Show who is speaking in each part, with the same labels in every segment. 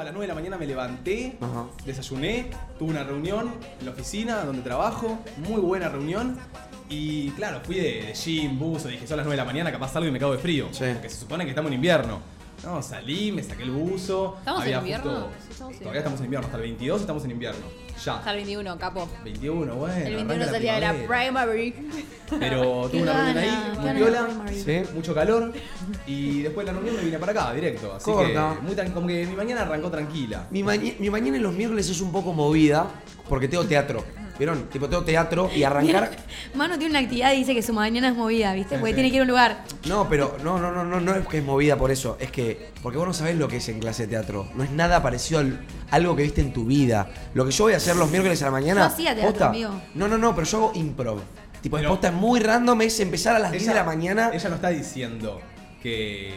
Speaker 1: a las 9 de la mañana me levanté,
Speaker 2: Ajá.
Speaker 1: desayuné, tuve una reunión en la oficina donde trabajo, muy buena reunión. Y claro, fui de, de gym, buzo, dije, son las 9 de la mañana, capaz salgo y me cago de frío.
Speaker 2: Sí.
Speaker 1: Porque se supone que estamos en invierno. No, salí, me saqué el buzo.
Speaker 3: ¿Estamos en
Speaker 1: había
Speaker 3: invierno?
Speaker 1: justo-
Speaker 3: Sí, estamos en
Speaker 1: todavía estamos en invierno, hasta el 22 estamos en invierno.
Speaker 3: Hasta
Speaker 1: Ya.
Speaker 3: el 21, capo.
Speaker 1: 21, bueno.
Speaker 4: El
Speaker 1: arranca
Speaker 4: 21 es el día de la
Speaker 1: primavera.
Speaker 4: primary.
Speaker 1: Pero tuve
Speaker 4: Qué
Speaker 1: una reunión ahí,
Speaker 4: gana,
Speaker 1: muy
Speaker 4: qué
Speaker 1: viola,
Speaker 4: gana la primary.
Speaker 2: Sí.
Speaker 1: mucho calor. Y después de la reunión me vine para acá, directo. Así
Speaker 2: Corta.
Speaker 1: que muy tran- como que mi mañana arrancó tranquila.
Speaker 2: Mi, maña- mi mañana en los miércoles es un poco movida porque tengo teatro. ¿Vieron? Tipo, tengo teatro y arrancar.
Speaker 4: Mano tiene una actividad y dice que su mañana es movida, ¿viste? Porque tiene que ir a un lugar.
Speaker 2: No, pero no, no, no, no, no es que es movida por eso. Es que, porque vos no sabés lo que es en clase de teatro. No es nada parecido al, algo que viste en tu vida. Lo que yo voy a hacer los miércoles a la mañana.
Speaker 4: Yo hacía teatro, amigo.
Speaker 2: No, no, no, pero yo hago improv. Tipo,
Speaker 1: Pero-
Speaker 2: es posta es muy random, es empezar a las 10 de la mañana.
Speaker 1: Ella no está diciendo que,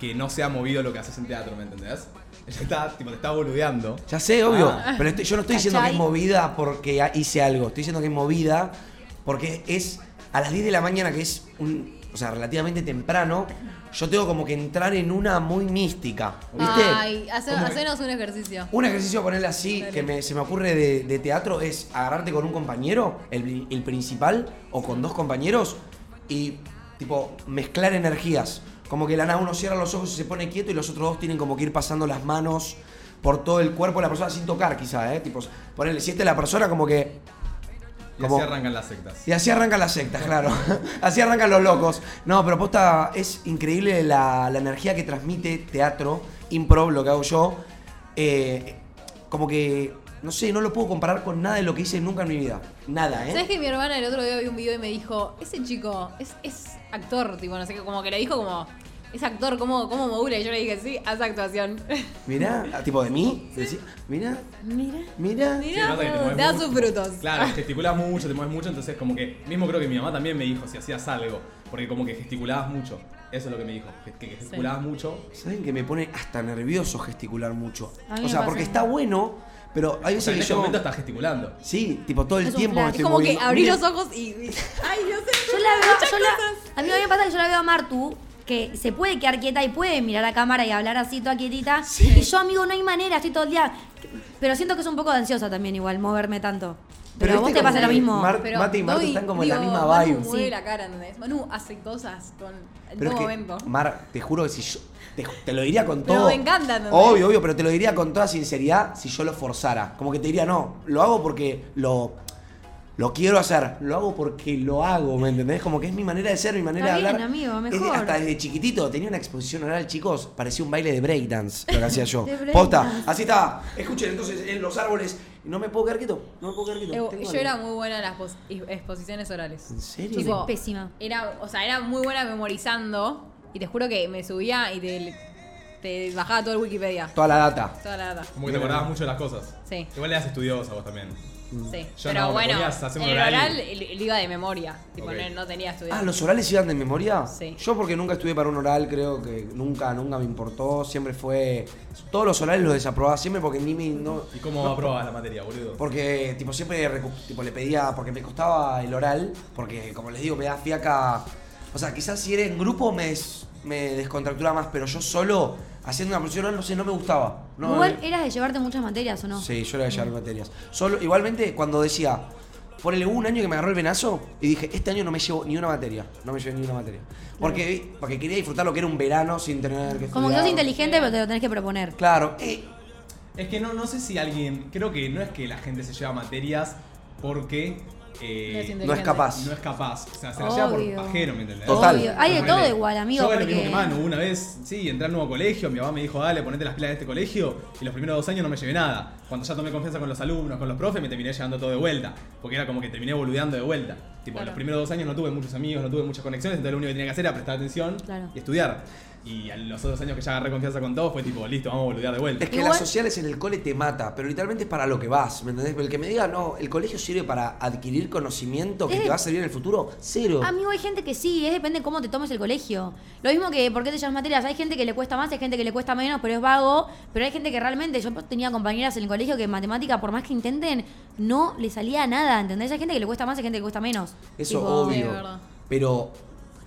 Speaker 1: que no se ha movido lo que haces en teatro, ¿me entendés? Ella está, tipo, te está boludeando.
Speaker 2: Ya sé, obvio.
Speaker 1: Ah.
Speaker 2: Pero estoy- yo no estoy diciendo que
Speaker 4: ¿Cachai?
Speaker 2: es movida porque ha- hice algo. Estoy diciendo que es movida porque es a las 10 de la mañana, que es un, o sea, relativamente temprano. Yo tengo como que entrar en una muy mística. ¿Viste?
Speaker 3: Ay, hace-
Speaker 2: Como que-
Speaker 3: hacenos un ejercicio.
Speaker 2: Un ejercicio, ponerle así, que me- se me ocurre de, de teatro es agarrarte con un compañero, el, el principal, o con dos compañeros, y tipo mezclar energías. Como que la nada uno cierra los ojos y se pone quieto y los otros dos tienen como que ir pasando las manos por todo el cuerpo de la persona sin tocar quizá, ¿eh? Tipo, ponerle, si esta es la persona como que...
Speaker 1: Y
Speaker 2: Como-
Speaker 1: así arrancan las sectas.
Speaker 2: Y así arrancan las sectas, claro. así arrancan los locos. No, pero posta, es increíble la, la energía que transmite teatro, improv, lo que hago yo. Eh, como que, no sé, no lo puedo comparar con nada de lo que hice nunca en mi vida. Nada, ¿eh?
Speaker 3: ¿Sabes que mi hermana el otro día vio un video y me dijo, ese chico es, es actor, tipo, no sé qué, como que le dijo como, es actor, ¿cómo, cómo modula? Y yo le dije, sí, hace actuación.
Speaker 2: Mirá, ah, tipo de mí. decí- mirá,
Speaker 4: Mira.
Speaker 2: mirá.
Speaker 3: Mirá,
Speaker 1: Sí, nota que te mueves
Speaker 3: da
Speaker 1: mucho.
Speaker 3: sus frutos.
Speaker 1: Claro, gesticulás mucho, te mueves mucho, entonces como que mismo creo que mi mamá también me dijo si hacías algo, porque como que gesticulabas mucho. Eso es lo que me dijo, que- que gesticulabas mucho.
Speaker 2: ¿Saben que me pone hasta nervioso gesticular mucho?
Speaker 4: A mí
Speaker 2: O
Speaker 4: me
Speaker 2: sea,
Speaker 4: pasa
Speaker 2: porque
Speaker 4: igual.
Speaker 2: está bueno, pero hay
Speaker 1: O sea, en
Speaker 2: veces que
Speaker 1: este
Speaker 2: yo...
Speaker 1: momento estás gesticulando.
Speaker 2: Sí, tipo todo el
Speaker 4: Es un
Speaker 2: tiempo.
Speaker 4: flash.
Speaker 2: me
Speaker 3: Es
Speaker 2: estoy
Speaker 3: como que
Speaker 2: moviendo.
Speaker 3: abrí
Speaker 2: Miren,
Speaker 3: los ojos y... y- Ay, Dios mío.
Speaker 4: Yo la veo, yo la, a mí me pasa que yo la veo a Martu, que se puede quedar quieta y puede mirar a cámara y hablar así toda quietita. Y yo, amigo, no hay manera, estoy todo el día. Pero siento que es un poco de ansiosa también igual, moverme tanto. Pero, a
Speaker 2: viste
Speaker 4: vos te
Speaker 2: como
Speaker 4: pasa lo
Speaker 2: que
Speaker 4: mismo.
Speaker 2: Mar- Mate y Martu
Speaker 3: doy-
Speaker 2: están como en la
Speaker 3: digo,
Speaker 2: misma
Speaker 3: Manu
Speaker 2: vibe.
Speaker 3: mueve
Speaker 4: Sí.
Speaker 3: la cara, ¿entendés? Manu hace cosas con... En
Speaker 2: Pero es
Speaker 3: todo
Speaker 2: que,
Speaker 3: momento.
Speaker 2: Mar, te juro que si yo. Te, ju- te lo diría con
Speaker 3: Pero
Speaker 2: todo.
Speaker 3: me encanta, ¿entendés?
Speaker 2: Obvio, obvio, pero te lo diría con toda sinceridad si yo lo forzara. Como que te diría, no, lo hago porque lo. Lo quiero hacer, lo hago porque lo hago, ¿me entendés? Como que es mi manera de ser, mi manera
Speaker 4: Está
Speaker 2: de
Speaker 4: bien,
Speaker 2: hablar.
Speaker 4: amigo,
Speaker 2: Es-
Speaker 4: mejor.
Speaker 2: hasta desde chiquitito tenía una exposición oral, chicos, parecía un baile de breakdance, lo que hacía yo.
Speaker 4: De breakdance.
Speaker 2: Posta, así estaba. Escuchen, entonces, en los árboles, no me puedo quedar quieto, no me puedo quedar quieto.
Speaker 3: Yo,
Speaker 2: tengo
Speaker 3: Eh, yo
Speaker 2: algo.
Speaker 3: era muy buena en las pos- exposiciones orales.
Speaker 2: ¿En serio?
Speaker 4: Yo
Speaker 3: Tipo,
Speaker 4: soy pésima.
Speaker 3: Era, o sea, era muy buena memorizando. Y te juro que me subía y te, te bajaba todo el Wikipedia.
Speaker 2: Toda la data.
Speaker 3: Toda la data.
Speaker 1: Como que te acordabas mucho de las cosas.
Speaker 3: Sí.
Speaker 1: Igual le das estudiosa vos también.
Speaker 3: Sí.
Speaker 1: Mm. Yo
Speaker 3: Pero
Speaker 1: no, me
Speaker 3: bueno,
Speaker 1: ponías a hacer
Speaker 3: en
Speaker 1: un
Speaker 3: el
Speaker 1: horario.
Speaker 3: oral el, el iba de memoria. Tipo,
Speaker 1: Ok.
Speaker 3: no, no tenía estudios.
Speaker 2: Ah, ¿los orales iban de memoria?
Speaker 3: Sí.
Speaker 2: Yo porque nunca estudié para un oral, creo que nunca, nunca me importó. Siempre fue... Todos los orales los desaprobaba siempre porque ni me... No,
Speaker 1: ¿Y cómo aprobabas la materia, boludo?
Speaker 2: porque, tipo, siempre recu- tipo, le pedía... Porque me costaba el oral, porque, como les digo, me da fiaca... O sea, quizás si era en grupo me, des- me descontractura más, pero yo solo, haciendo una profesión oral, no sé, no me gustaba. No,
Speaker 4: igual
Speaker 1: eh.
Speaker 2: no-
Speaker 4: eras de llevarte muchas materias o no.
Speaker 2: Sí, yo le voy a llevar materias. Solo, igualmente, cuando decía, ponele hubo un año que me agarró el venazo y dije, este año no me llevo ni una materia. No me llevé ni una materia. Porque, porque quería disfrutar lo que era un verano sin tener que
Speaker 4: Como que
Speaker 2: estudiar.
Speaker 4: sos inteligente, pero te lo tenés que proponer.
Speaker 2: Claro. eh,
Speaker 1: Es que no, no sé si alguien. Creo que no es que la gente se lleva materias porque. eh,
Speaker 3: No es inteligente.
Speaker 2: no es capaz.
Speaker 1: no es capaz. O sea, se la lleva por
Speaker 4: Obvio.
Speaker 1: pajero, ¿me entendés?
Speaker 2: Total.
Speaker 4: Obvio. Hay de
Speaker 1: Ponele,
Speaker 4: todo igual, amigo.
Speaker 1: Yo era lo
Speaker 4: porque-
Speaker 1: mismo que Manu. Una vez, sí, entré al nuevo colegio, mi mamá me dijo, dale, ponete las pilas de este colegio. Y los primeros dos años no me llevé nada. Cuando ya tomé confianza con los alumnos, con los profes, me terminé llevando todo de vuelta. Porque era como que terminé boludeando de vuelta. Tipo,
Speaker 3: Claro.
Speaker 1: los primeros dos años no tuve muchos amigos, no tuve muchas conexiones, entonces lo único que tenía que hacer era prestar atención
Speaker 4: Claro.
Speaker 1: y estudiar. Y a los otros años que ya agarré confianza con todos fue tipo, listo, vamos a boludear de vuelta.
Speaker 2: Es que
Speaker 4: Igual-
Speaker 2: las sociales en el cole te mata, pero literalmente es para lo que vas, ¿me entendés? Pero El que me diga, no, el colegio sirve para adquirir conocimiento que
Speaker 4: Es-
Speaker 2: te va a servir en el futuro, cero.
Speaker 4: Amigo, hay gente que sí, es depende de cómo te tomes el colegio. Lo mismo que por qué te llevas materias. Hay gente que le cuesta más, hay gente que le cuesta menos, pero es vago. Pero hay gente que realmente, yo tenía compañeras en el colegio que en matemática, por más que intenten, no le salía nada, ¿entendés? Hay gente que le cuesta más, hay gente que le cuesta menos.
Speaker 2: Eso
Speaker 4: Tipo,
Speaker 3: sí,
Speaker 2: obvio.
Speaker 3: verdad.
Speaker 2: Pero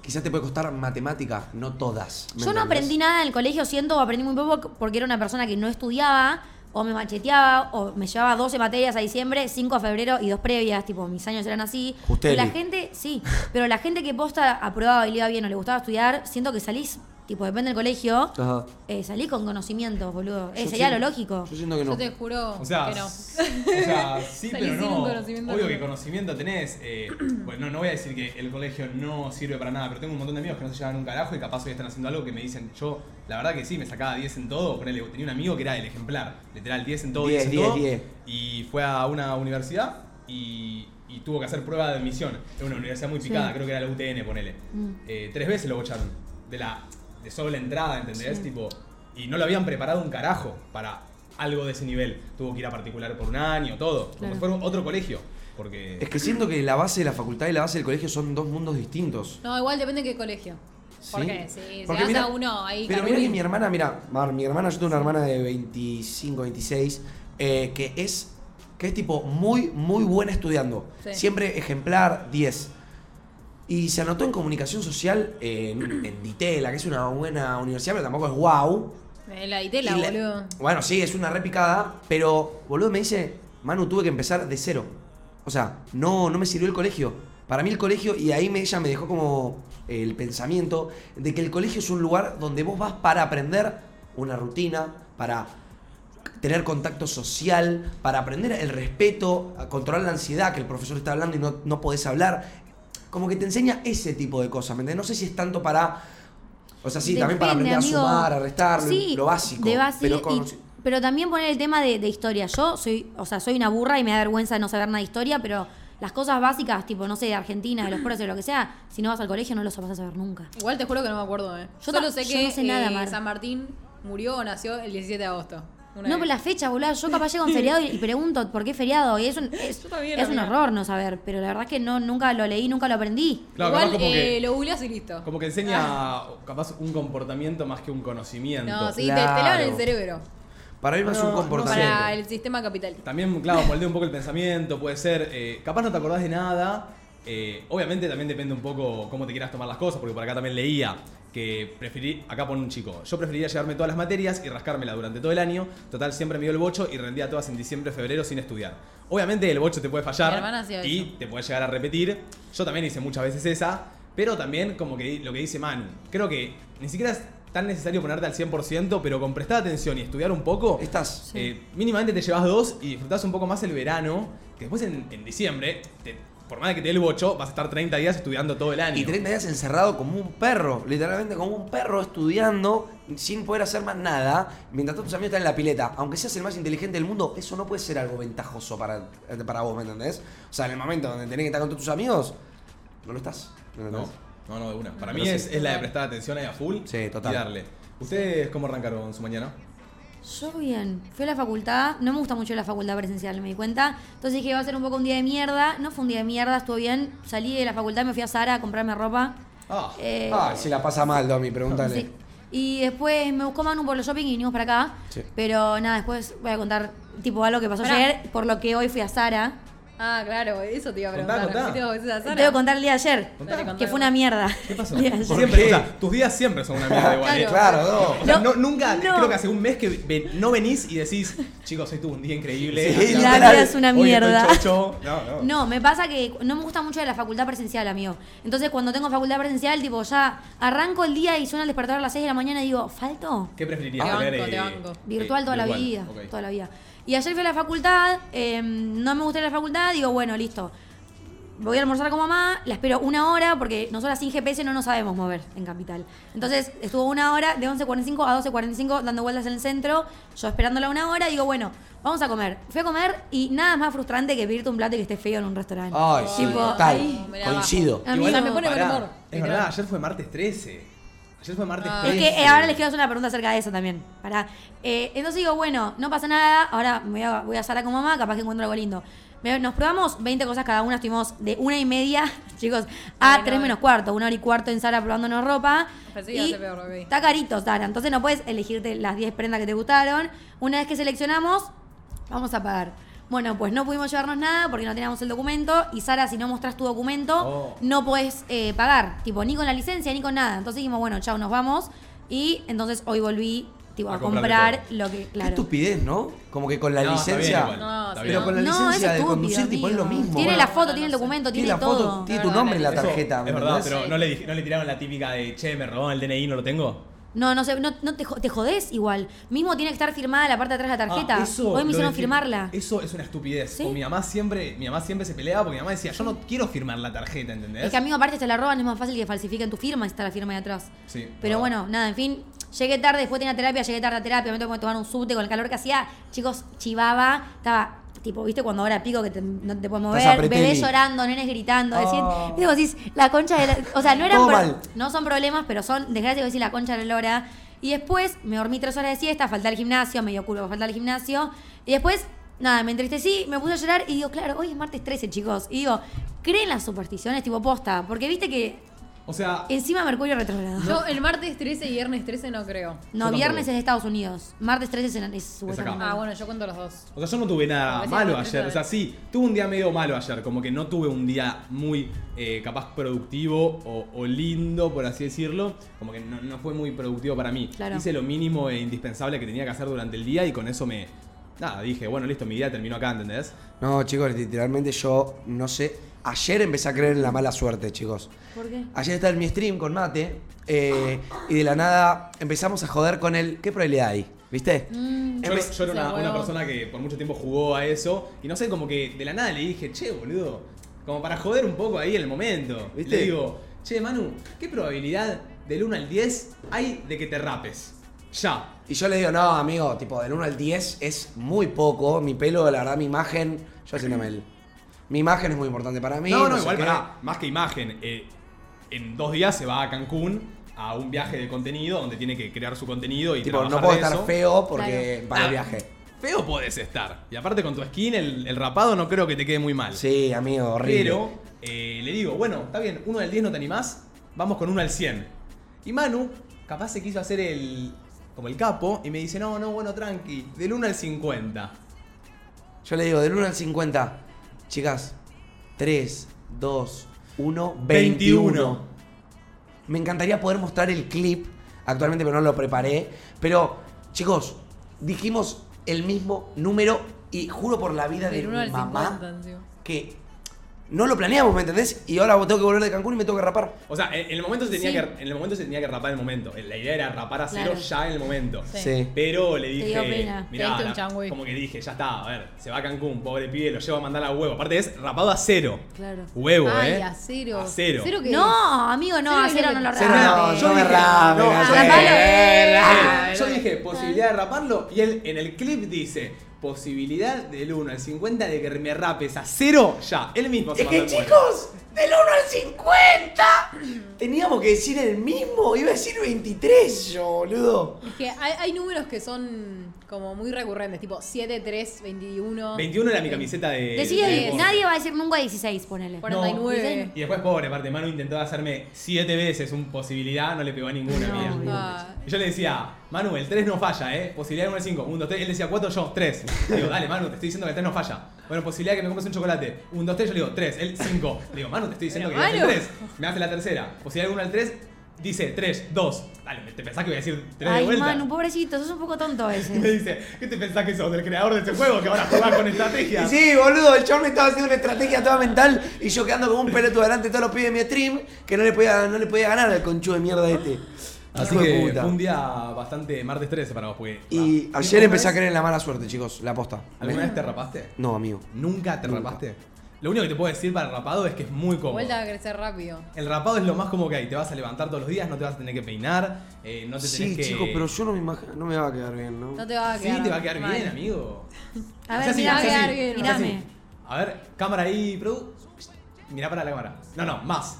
Speaker 2: quizás te puede costar matemática, no todas. ¿me
Speaker 4: Yo no
Speaker 2: entendés?
Speaker 4: aprendí nada en el colegio, siento, aprendí muy poco porque era una persona que no estudiaba, o me macheteaba, o me llevaba 12 materias a diciembre, 5 a febrero y dos previas, tipo, mis años eran así.
Speaker 2: Justelli.
Speaker 4: Pero la gente, sí, pero la gente que posta aprobaba y le iba bien o le gustaba estudiar, siento que salís, tipo, depende del colegio,
Speaker 2: Ajá.
Speaker 4: eh, salís con conocimientos, boludo. Eh,
Speaker 2: Yo
Speaker 4: sería
Speaker 2: siento-
Speaker 4: lo lógico.
Speaker 2: Yo siento que
Speaker 3: Yo
Speaker 2: no.
Speaker 3: te juro
Speaker 1: O sea,
Speaker 3: que no.
Speaker 1: s- o sea, sí,
Speaker 3: Salí
Speaker 1: pero
Speaker 3: sin
Speaker 1: no.
Speaker 3: un conocimiento
Speaker 1: Obvio
Speaker 3: nulo.
Speaker 1: que conocimiento tenés. eh, bueno, no, no voy a decir que el colegio no sirve para nada, pero tengo un montón de amigos que no se llevan un carajo y capaz hoy están haciendo algo que me dicen, yo, la verdad que sí, me sacaba 10 en todo. Ponele, tenía un amigo que era el ejemplar, literal, 10 en todo, 10,
Speaker 2: 10,
Speaker 1: en
Speaker 2: 10,
Speaker 1: todo.
Speaker 2: 10.
Speaker 1: Y fue a una universidad y, y tuvo que hacer prueba de admisión. Era una universidad muy picada, creo que era la UTN, ponele.
Speaker 3: Mm.
Speaker 1: Eh, tres veces lo bocharon. De la de solo la entrada, ¿entendés? Tipo, y no lo habían preparado un carajo para algo de ese nivel. Tuvo que ir a particular por un año, todo. Como
Speaker 4: Claro.
Speaker 1: si fuera otro colegio. Porque.
Speaker 2: Es que siento que la base de la facultad y la base del colegio son dos mundos distintos.
Speaker 3: No, igual depende de qué colegio. ¿Por
Speaker 2: ¿Sí?
Speaker 3: qué? Sí,
Speaker 2: Porque
Speaker 3: se
Speaker 2: mirá-
Speaker 3: gasta uno ahí
Speaker 2: Pero mira que
Speaker 3: cargulín.
Speaker 2: mi hermana, mira, Mar, mi hermana, yo tengo una hermana de 25, 26, eh, que es que es tipo muy, muy buena estudiando.
Speaker 3: Sí.
Speaker 2: Siempre ejemplar 10. Y se anotó en comunicación social eh, en, en Ditela, que es una buena universidad, pero tampoco es wow.
Speaker 3: Eh, La ditela,
Speaker 2: Y la-
Speaker 3: boludo.
Speaker 2: Bueno, sí, es una repicada, pero boludo me dice, Manu, tuve que empezar de cero. O sea, no, no me sirvió el colegio. Para mí el colegio, y ahí me, ella me dejó como el pensamiento de que el colegio es un lugar donde vos vas para aprender una rutina, para tener contacto social, para aprender el respeto, a controlar la ansiedad que el profesor está hablando y no, no podés hablar. Como que te enseña ese tipo de cosas, ¿me entendés? No sé si es tanto para... O sea, sí, también para
Speaker 4: Depende,
Speaker 2: aprender
Speaker 4: amigo.
Speaker 2: a sumar, a restar, lo-
Speaker 4: Sí,
Speaker 2: lo básico.
Speaker 4: de base
Speaker 2: pero
Speaker 4: y-
Speaker 2: con-
Speaker 4: pero también poner el tema de, de historia. Yo soy, o sea, soy una burra y me da vergüenza no saber nada de historia, pero las cosas básicas, tipo, no sé, de Argentina, de los pueblos, de lo que sea, si no vas al colegio no los vas a saber nunca.
Speaker 3: Igual te juro que no me acuerdo, eh.
Speaker 4: Yo
Speaker 3: Solo
Speaker 4: ta-
Speaker 3: sé
Speaker 4: yo
Speaker 3: que
Speaker 4: no sé nada,
Speaker 3: eh,
Speaker 4: Mar.
Speaker 3: San Martín murió o nació el 17 de agosto. Una
Speaker 4: no,
Speaker 3: vez.
Speaker 4: por las fechas, boludo. Yo capaz llego a un feriado y, y pregunto por qué feriado. Y es un, es,
Speaker 3: Yo también,
Speaker 4: es un
Speaker 3: amiga.
Speaker 4: horror no saber, pero la verdad es que no, nunca lo leí, nunca lo aprendí.
Speaker 1: Claro,
Speaker 3: Igual
Speaker 1: capaz como
Speaker 3: eh,
Speaker 1: que-
Speaker 3: lo googleas y listo.
Speaker 1: Como que enseña capaz un comportamiento más que un conocimiento.
Speaker 3: No, sí, te, te
Speaker 2: Claro.
Speaker 3: lavan el cerebro.
Speaker 2: Para mí más un
Speaker 1: No,
Speaker 2: comportamiento.
Speaker 3: Para el sistema capital.
Speaker 1: También, claro, moldea un poco el pensamiento, puede ser. eh, capaz no te acordás de nada. eh, obviamente también depende un poco cómo te quieras tomar las cosas, porque por acá también leía que preferí, acá pone un chico, yo preferiría llevarme todas las materias y rascármela durante todo el año, total siempre me dio el bocho y rendía todas en diciembre, febrero sin estudiar. Obviamente el bocho te puede
Speaker 3: Mi
Speaker 1: fallar
Speaker 3: hermana hacía
Speaker 1: y
Speaker 3: eso.
Speaker 1: te puede llegar a repetir, yo también hice muchas veces esa, pero también como que lo que dice Manu, creo que ni siquiera es tan necesario ponerte al 100%, pero con prestar atención y estudiar un poco,
Speaker 2: Estás.
Speaker 1: eh, mínimamente te llevas dos y disfrutás un poco más el verano, que después en, en diciembre, te- por más de que te dé el bocho, vas a estar 30 días estudiando todo el año.
Speaker 2: Y 30 días encerrado como un perro, literalmente como un perro estudiando sin poder hacer más nada, mientras todos tus amigos están en la pileta. Aunque seas el más inteligente del mundo, eso no puede ser algo ventajoso para, eh, para vos, ¿me entendés? O sea, en el momento donde tenés que estar con todos tus amigos, no lo estás. ¿me
Speaker 1: No,
Speaker 2: entendés?
Speaker 1: no, no, de una. Para
Speaker 2: Pero
Speaker 1: mí
Speaker 2: sí.
Speaker 1: es, es la de prestar atención ahí a full
Speaker 2: Sí, total.
Speaker 1: y darle. ¿Ustedes cómo arrancaron su mañana?
Speaker 4: Yo bien, fui a la facultad, no me gusta mucho la facultad presencial, me di cuenta. Entonces dije, va a ser un poco un día de mierda. No fue un día de mierda, estuvo bien. Salí de la facultad, me fui a Sara a comprarme ropa.
Speaker 1: Ah,
Speaker 4: Eh,
Speaker 2: Ah, si la pasa mal, Domi, pregúntale.
Speaker 4: sí. Y después me buscó Manu por los shopping y vinimos para acá.
Speaker 2: Sí.
Speaker 4: Pero nada, después voy a contar tipo algo que pasó
Speaker 3: Pará.
Speaker 4: ayer, por lo que hoy fui a Sara.
Speaker 3: Ah, claro, eso te iba a
Speaker 1: Contá,
Speaker 3: preguntar.
Speaker 1: contá.
Speaker 3: ¿Fuiste dos veces a
Speaker 4: Te
Speaker 3: Zara?
Speaker 4: voy a contar el día de ayer,
Speaker 1: Contá.
Speaker 3: Dale, contá,
Speaker 4: que fue
Speaker 3: contá.
Speaker 4: una mierda.
Speaker 1: ¿qué pasó?
Speaker 4: El día de ayer.
Speaker 1: Siempre,
Speaker 2: qué?
Speaker 1: o sea, tus días siempre son una mierda igual. ¿eh?
Speaker 3: Claro.
Speaker 2: Claro, no.
Speaker 1: O sea,
Speaker 4: No,
Speaker 1: no- nunca,
Speaker 4: no.
Speaker 1: creo que hace un mes que ven- no venís y decís, chicos, hoy tuve un día increíble.
Speaker 2: Sí,
Speaker 1: La
Speaker 2: la
Speaker 1: verdad,
Speaker 2: vida
Speaker 4: es una
Speaker 1: hoy estoy
Speaker 4: mierda.
Speaker 1: chocho. No, no.
Speaker 4: No, me pasa que no me gusta mucho de la facultad presencial, amigo. Entonces, cuando tengo facultad presencial, tipo, ya arranco el día y suena el despertador a las 6 de la mañana y digo, ¿falto?
Speaker 1: ¿Qué preferirías?
Speaker 3: Te banco,
Speaker 1: tener,
Speaker 3: te banco.
Speaker 4: Virtual toda la
Speaker 1: virtual,
Speaker 4: vida,
Speaker 1: ok.
Speaker 4: toda la vida. Y ayer fui a la facultad, eh, no me gustó ir a la facultad, digo, bueno, listo. Voy a almorzar con mamá, la espero una hora, porque nosotras sin GPS no nos sabemos mover en Capital. Entonces, estuvo una hora de 11.45 a 12.45 dando vueltas en el centro, yo esperándola una hora, digo, bueno, vamos a comer. Fui a comer y nada más frustrante que pedirte un plato y que esté feo en un restaurante.
Speaker 2: Ay, sí,
Speaker 4: Tipo,
Speaker 2: total.
Speaker 3: ay, me la bajo.
Speaker 2: Coincido.
Speaker 4: Ah,
Speaker 1: Igual
Speaker 4: Amigo.
Speaker 1: no,
Speaker 4: Me
Speaker 3: pone mal
Speaker 1: pará.
Speaker 3: humor,
Speaker 1: Es
Speaker 3: literal.
Speaker 1: verdad, ayer fue martes 13. Ayer fue martes
Speaker 3: Ah.
Speaker 1: 13.
Speaker 4: Es que eh, ahora les quiero hacer una pregunta acerca de eso también. Pará. Eh, entonces digo, bueno, no pasa nada. Ahora me voy a, voy a Sara con mamá, capaz que encuentro algo lindo. Me- nos probamos 20 cosas cada una. Estuvimos de una y media, chicos, a
Speaker 3: Bueno,
Speaker 4: 3 menos cuarto. Una hora y cuarto en Sara probándonos ropa.
Speaker 3: Pero sí,
Speaker 4: Y
Speaker 3: hace peor, ok.
Speaker 4: Está carito, Sara. Entonces no puedes elegirte las 10 prendas que te gustaron. Una vez que seleccionamos, vamos a pagar. Bueno, pues no pudimos llevarnos nada porque no teníamos el documento. Y Sara, si no mostrás tu documento,
Speaker 1: Oh.
Speaker 4: no podés eh, pagar. Tipo, ni con la licencia, ni con nada. Entonces dijimos, bueno, chao, nos vamos. Y entonces hoy volví tipo,
Speaker 1: A
Speaker 4: a,
Speaker 1: comprarme
Speaker 4: comprar lo que.
Speaker 2: Qué
Speaker 4: Claro.
Speaker 2: estupidez, ¿no? Como que con la
Speaker 1: No, está bien
Speaker 2: licencia.
Speaker 1: igual,
Speaker 3: No,
Speaker 1: está
Speaker 3: sí,
Speaker 1: bien.
Speaker 2: pero con la
Speaker 4: No, es
Speaker 2: licencia de
Speaker 4: estúpido,
Speaker 2: conducir, tipo, es lo
Speaker 4: amigo.
Speaker 2: mismo.
Speaker 4: Tiene
Speaker 2: Bueno,
Speaker 4: la foto,
Speaker 3: no
Speaker 4: tiene el
Speaker 3: sé.
Speaker 4: documento,
Speaker 2: Tiene
Speaker 4: tiene,
Speaker 2: la
Speaker 4: todo.
Speaker 2: foto, tiene tu
Speaker 3: Claro,
Speaker 2: nombre en la
Speaker 1: Eso,
Speaker 2: tarjeta. ¿me
Speaker 1: Es verdad,
Speaker 2: entendés?
Speaker 1: pero
Speaker 3: Sí.
Speaker 1: no le, dij- no le tiraron la típica de che, me robaron el DNI, no lo tengo.
Speaker 4: No, no sé, no, no te, jo- te jodés igual. Mismo tiene que estar firmada la parte de atrás de la tarjeta.
Speaker 1: Ah, eso,
Speaker 4: Hoy
Speaker 1: lo
Speaker 4: me hicieron
Speaker 1: de-
Speaker 4: firmarla.
Speaker 1: Eso es una estupidez.
Speaker 4: Sí.
Speaker 1: Con mi mamá siempre, mi mamá siempre se peleaba porque mi mamá decía, yo no quiero firmar la tarjeta, ¿entendés?
Speaker 4: Es que amigo, aparte te la roban, es más fácil que falsifiquen tu firma si está la firma de atrás.
Speaker 1: Sí,
Speaker 4: Pero
Speaker 2: Ah.
Speaker 1: verdad.
Speaker 4: bueno, nada, en fin. Llegué tarde, después tenía terapia, llegué tarde a terapia, me tengo que tomar un subte con el calor que hacía. Chicos, chivaba, estaba, tipo, viste cuando ahora pico que te- no te puedes
Speaker 2: Estás
Speaker 4: mover,
Speaker 2: apreteli.
Speaker 4: bebés llorando, nenes gritando, decían,
Speaker 2: Ah.
Speaker 4: viste, vos decís, la concha de la... O sea, no eran
Speaker 2: Todo
Speaker 4: pro-
Speaker 2: mal.
Speaker 4: no son problemas, pero son desgracias que decís la concha de la lora. Y después me dormí tres horas de siesta, falté al gimnasio, medio culo, falté al gimnasio. Y después, nada, me entristecí, me puse a llorar y digo, claro, hoy es martes 13, chicos. Y digo, ¿creen las supersticiones tipo posta? Porque viste que
Speaker 1: O sea,
Speaker 4: encima Mercurio retrogrado.
Speaker 3: Yo el martes 13 y viernes 13 no creo.
Speaker 4: No,
Speaker 1: Yo
Speaker 4: viernes
Speaker 1: tampoco.
Speaker 4: es de Estados Unidos. Martes 13 es, en- es supuestamente.
Speaker 3: Ah, bueno, yo cuento los dos.
Speaker 1: o sea, yo no tuve nada
Speaker 3: Me decía,
Speaker 1: malo
Speaker 3: "No,
Speaker 1: ayer. O sea, sí, tuve un día medio malo ayer. Como que no tuve un día muy eh, capaz productivo o, o lindo, por así decirlo. Como que no, no fue muy productivo para mí.
Speaker 4: Claro.
Speaker 1: Hice lo mínimo e indispensable que tenía que hacer durante el día y con eso me. Nada, dije, bueno, listo, mi día terminó acá, ¿entendés?
Speaker 2: No, chicos, literalmente yo no sé. Ayer empecé a creer en la mala suerte, chicos.
Speaker 1: Ah,
Speaker 4: ¿Por qué?
Speaker 2: Ayer estaba en mi stream con Mate eh, y de la nada empezamos a joder con el ¿Qué probabilidad hay? ¿Viste?
Speaker 1: Yo, era- yo era
Speaker 3: Se
Speaker 1: una,
Speaker 3: huevo.
Speaker 1: una persona que por mucho tiempo jugó a eso y no sé, como que de la nada le dije, che, boludo, como para joder un poco ahí en el momento, ¿viste?
Speaker 2: ¿Viste?
Speaker 1: Le digo, che, Manu, ¿qué probabilidad del 1 al 10 hay de que te rapes? Ya.
Speaker 2: Y yo le digo, no, amigo, tipo, del 1 al 10 es muy poco. Mi pelo, la verdad, mi imagen, yo haciéndome el. Mi imagen es muy importante para mí.
Speaker 1: no, no,
Speaker 2: sé
Speaker 1: igual
Speaker 2: qué.
Speaker 1: pará, más que imagen. eh, en dos días se va a Cancún a un viaje de contenido donde tiene que crear su contenido y
Speaker 2: Tipo, no
Speaker 1: trabajar
Speaker 2: puedo
Speaker 1: de
Speaker 2: estar
Speaker 1: eso.
Speaker 2: feo porque
Speaker 4: Claro.
Speaker 2: para el
Speaker 1: Ah,
Speaker 2: viaje.
Speaker 1: Feo podés estar. Y aparte con tu skin, el, el rapado no creo que te quede muy mal.
Speaker 2: Sí, amigo, horrible.
Speaker 1: Pero eh, le digo, bueno, está bien, uno al 10 no te animás, vamos con uno al 100. Y Manu, capaz se quiso hacer el como el capo y me dice, no, no, bueno, tranqui, del 1 al 50.
Speaker 2: Yo le digo, del 1 al 50, chicas, 3, 2, 1,
Speaker 1: 21.
Speaker 2: 21. Me encantaría poder mostrar el clip actualmente, pero no lo preparé. Pero, chicos, dijimos el mismo número y juro por la vida de
Speaker 3: Del 1
Speaker 2: mi
Speaker 3: al
Speaker 2: mamá
Speaker 3: 50, encima.
Speaker 2: que no lo planeamos, ¿me entendés? Y ahora tengo que volver de Cancún y me tengo que rapar.
Speaker 1: O sea, en en el momento se tenía,
Speaker 4: Sí.
Speaker 1: que, en el momento se tenía que rapar en el momento. La idea era rapar a cero
Speaker 4: Claro.
Speaker 1: ya en el momento.
Speaker 3: Sí.
Speaker 1: Pero le
Speaker 4: dio
Speaker 1: dije,
Speaker 4: pena.
Speaker 1: mirá,
Speaker 3: Te diste un
Speaker 1: la-
Speaker 3: changüey.
Speaker 1: como que dije, ya está, a ver, se va a Cancún, pobre pibe, lo llevo a mandar a huevo. Aparte es rapado a cero.
Speaker 4: Claro.
Speaker 1: Huevo,
Speaker 3: Ay,
Speaker 1: ¿eh?
Speaker 3: a cero.
Speaker 1: A cero.
Speaker 3: que
Speaker 4: No, amigo, no, a
Speaker 3: Cero
Speaker 4: cero
Speaker 3: que
Speaker 4: no
Speaker 3: no-
Speaker 4: lo Eh,
Speaker 2: Cero no,
Speaker 4: regalaste.
Speaker 2: yo me rape,
Speaker 1: No,
Speaker 2: no
Speaker 1: ah,
Speaker 2: sé.
Speaker 4: rapalo.
Speaker 1: Eh,
Speaker 3: Ah,
Speaker 1: Yo
Speaker 3: no.
Speaker 1: dije posibilidad de raparlo y él en el clip dice posibilidad del 1 al 50 de que me rapes a cero ya. Él mismo se
Speaker 2: Es que
Speaker 1: mandó el
Speaker 2: chicos, del 1 al 50 teníamos que decir el mismo, iba a decir 23 yo, boludo.
Speaker 3: Es que hay, hay números que son como muy recurrentes, tipo 7, 3, 21.
Speaker 1: cuento. 21 era mi camiseta de.
Speaker 4: Decí
Speaker 1: de
Speaker 4: diez,
Speaker 1: deporte.
Speaker 4: eh, nadie va a decir nunca 16, ponele.
Speaker 1: No.
Speaker 3: 49.
Speaker 1: Y después, pobre, aparte, Manu intentó hacerme 7 veces un posibilidad, no le pegó a ninguna
Speaker 4: No,
Speaker 1: mía.
Speaker 3: Ah,
Speaker 1: Y yo le decía, Manu, el 3 no falla, ¿eh? Posibilidad de 1 al 5, 1, 2, 3. Él decía 4, yo 3. Digo, dale, Manu, te estoy diciendo que el 3 no falla. Bueno, posibilidad de que me compres un chocolate. 1, 2, 3, yo le digo 3, él 5. Le digo, Manu, te estoy diciendo
Speaker 3: Pero,
Speaker 1: que el
Speaker 3: Manu.
Speaker 1: 3. Me hace la tercera. Posibilidad de 1 al 3, dice 3, 2. Dale, ¿te pensás que voy a decir 3 de
Speaker 4: Ay,
Speaker 1: vuelta?
Speaker 4: Manu, pobrecito, sos un poco tonto a
Speaker 1: Y Me
Speaker 4: veces.
Speaker 1: dice, ¿qué te pensás que sos el creador de este juego que ahora jugás con estrategia?
Speaker 2: Y sí, boludo, el chabón me estaba haciendo una estrategia toda mental y yo quedando como un pelotudo delante de todos los pibes de mi stream que no le podía, no le podía ganar al conchudo de mierda este.
Speaker 1: Ah, Así
Speaker 2: Hijo de
Speaker 1: que
Speaker 2: puta.
Speaker 1: fue un día bastante martes 13 para vos, porque.
Speaker 2: Y
Speaker 1: Ah.
Speaker 2: ayer empecé a
Speaker 1: ¿Alguna
Speaker 2: creer en la mala suerte, chicos, la posta.
Speaker 1: vez- ¿Alguna vez te rapaste?
Speaker 2: No, amigo.
Speaker 1: ¿Nunca te
Speaker 2: Nunca.
Speaker 1: rapaste? Lo único que te puedo decir para el rapado es que es muy cómodo.
Speaker 3: Vuelta a crecer rápido.
Speaker 1: El rapado es lo más cómodo que hay. Te vas a levantar todos los días, no te vas a tener que peinar, eh, no te
Speaker 2: Sí,
Speaker 1: tenés que.
Speaker 2: chicos, pero yo no me imagino, no me va a quedar bien, ¿no?
Speaker 3: No te va a
Speaker 1: Sí,
Speaker 3: quedar.
Speaker 1: te va a quedar
Speaker 3: mal.
Speaker 1: bien, amigo.
Speaker 4: A
Speaker 1: Hacé
Speaker 4: ver,
Speaker 1: así,
Speaker 4: mirame,
Speaker 1: hacé así,
Speaker 3: mirame.
Speaker 1: hacé así.
Speaker 4: Mirame.
Speaker 1: A ver, cámara ahí, produ. Mirá para la cámara. No, no, más.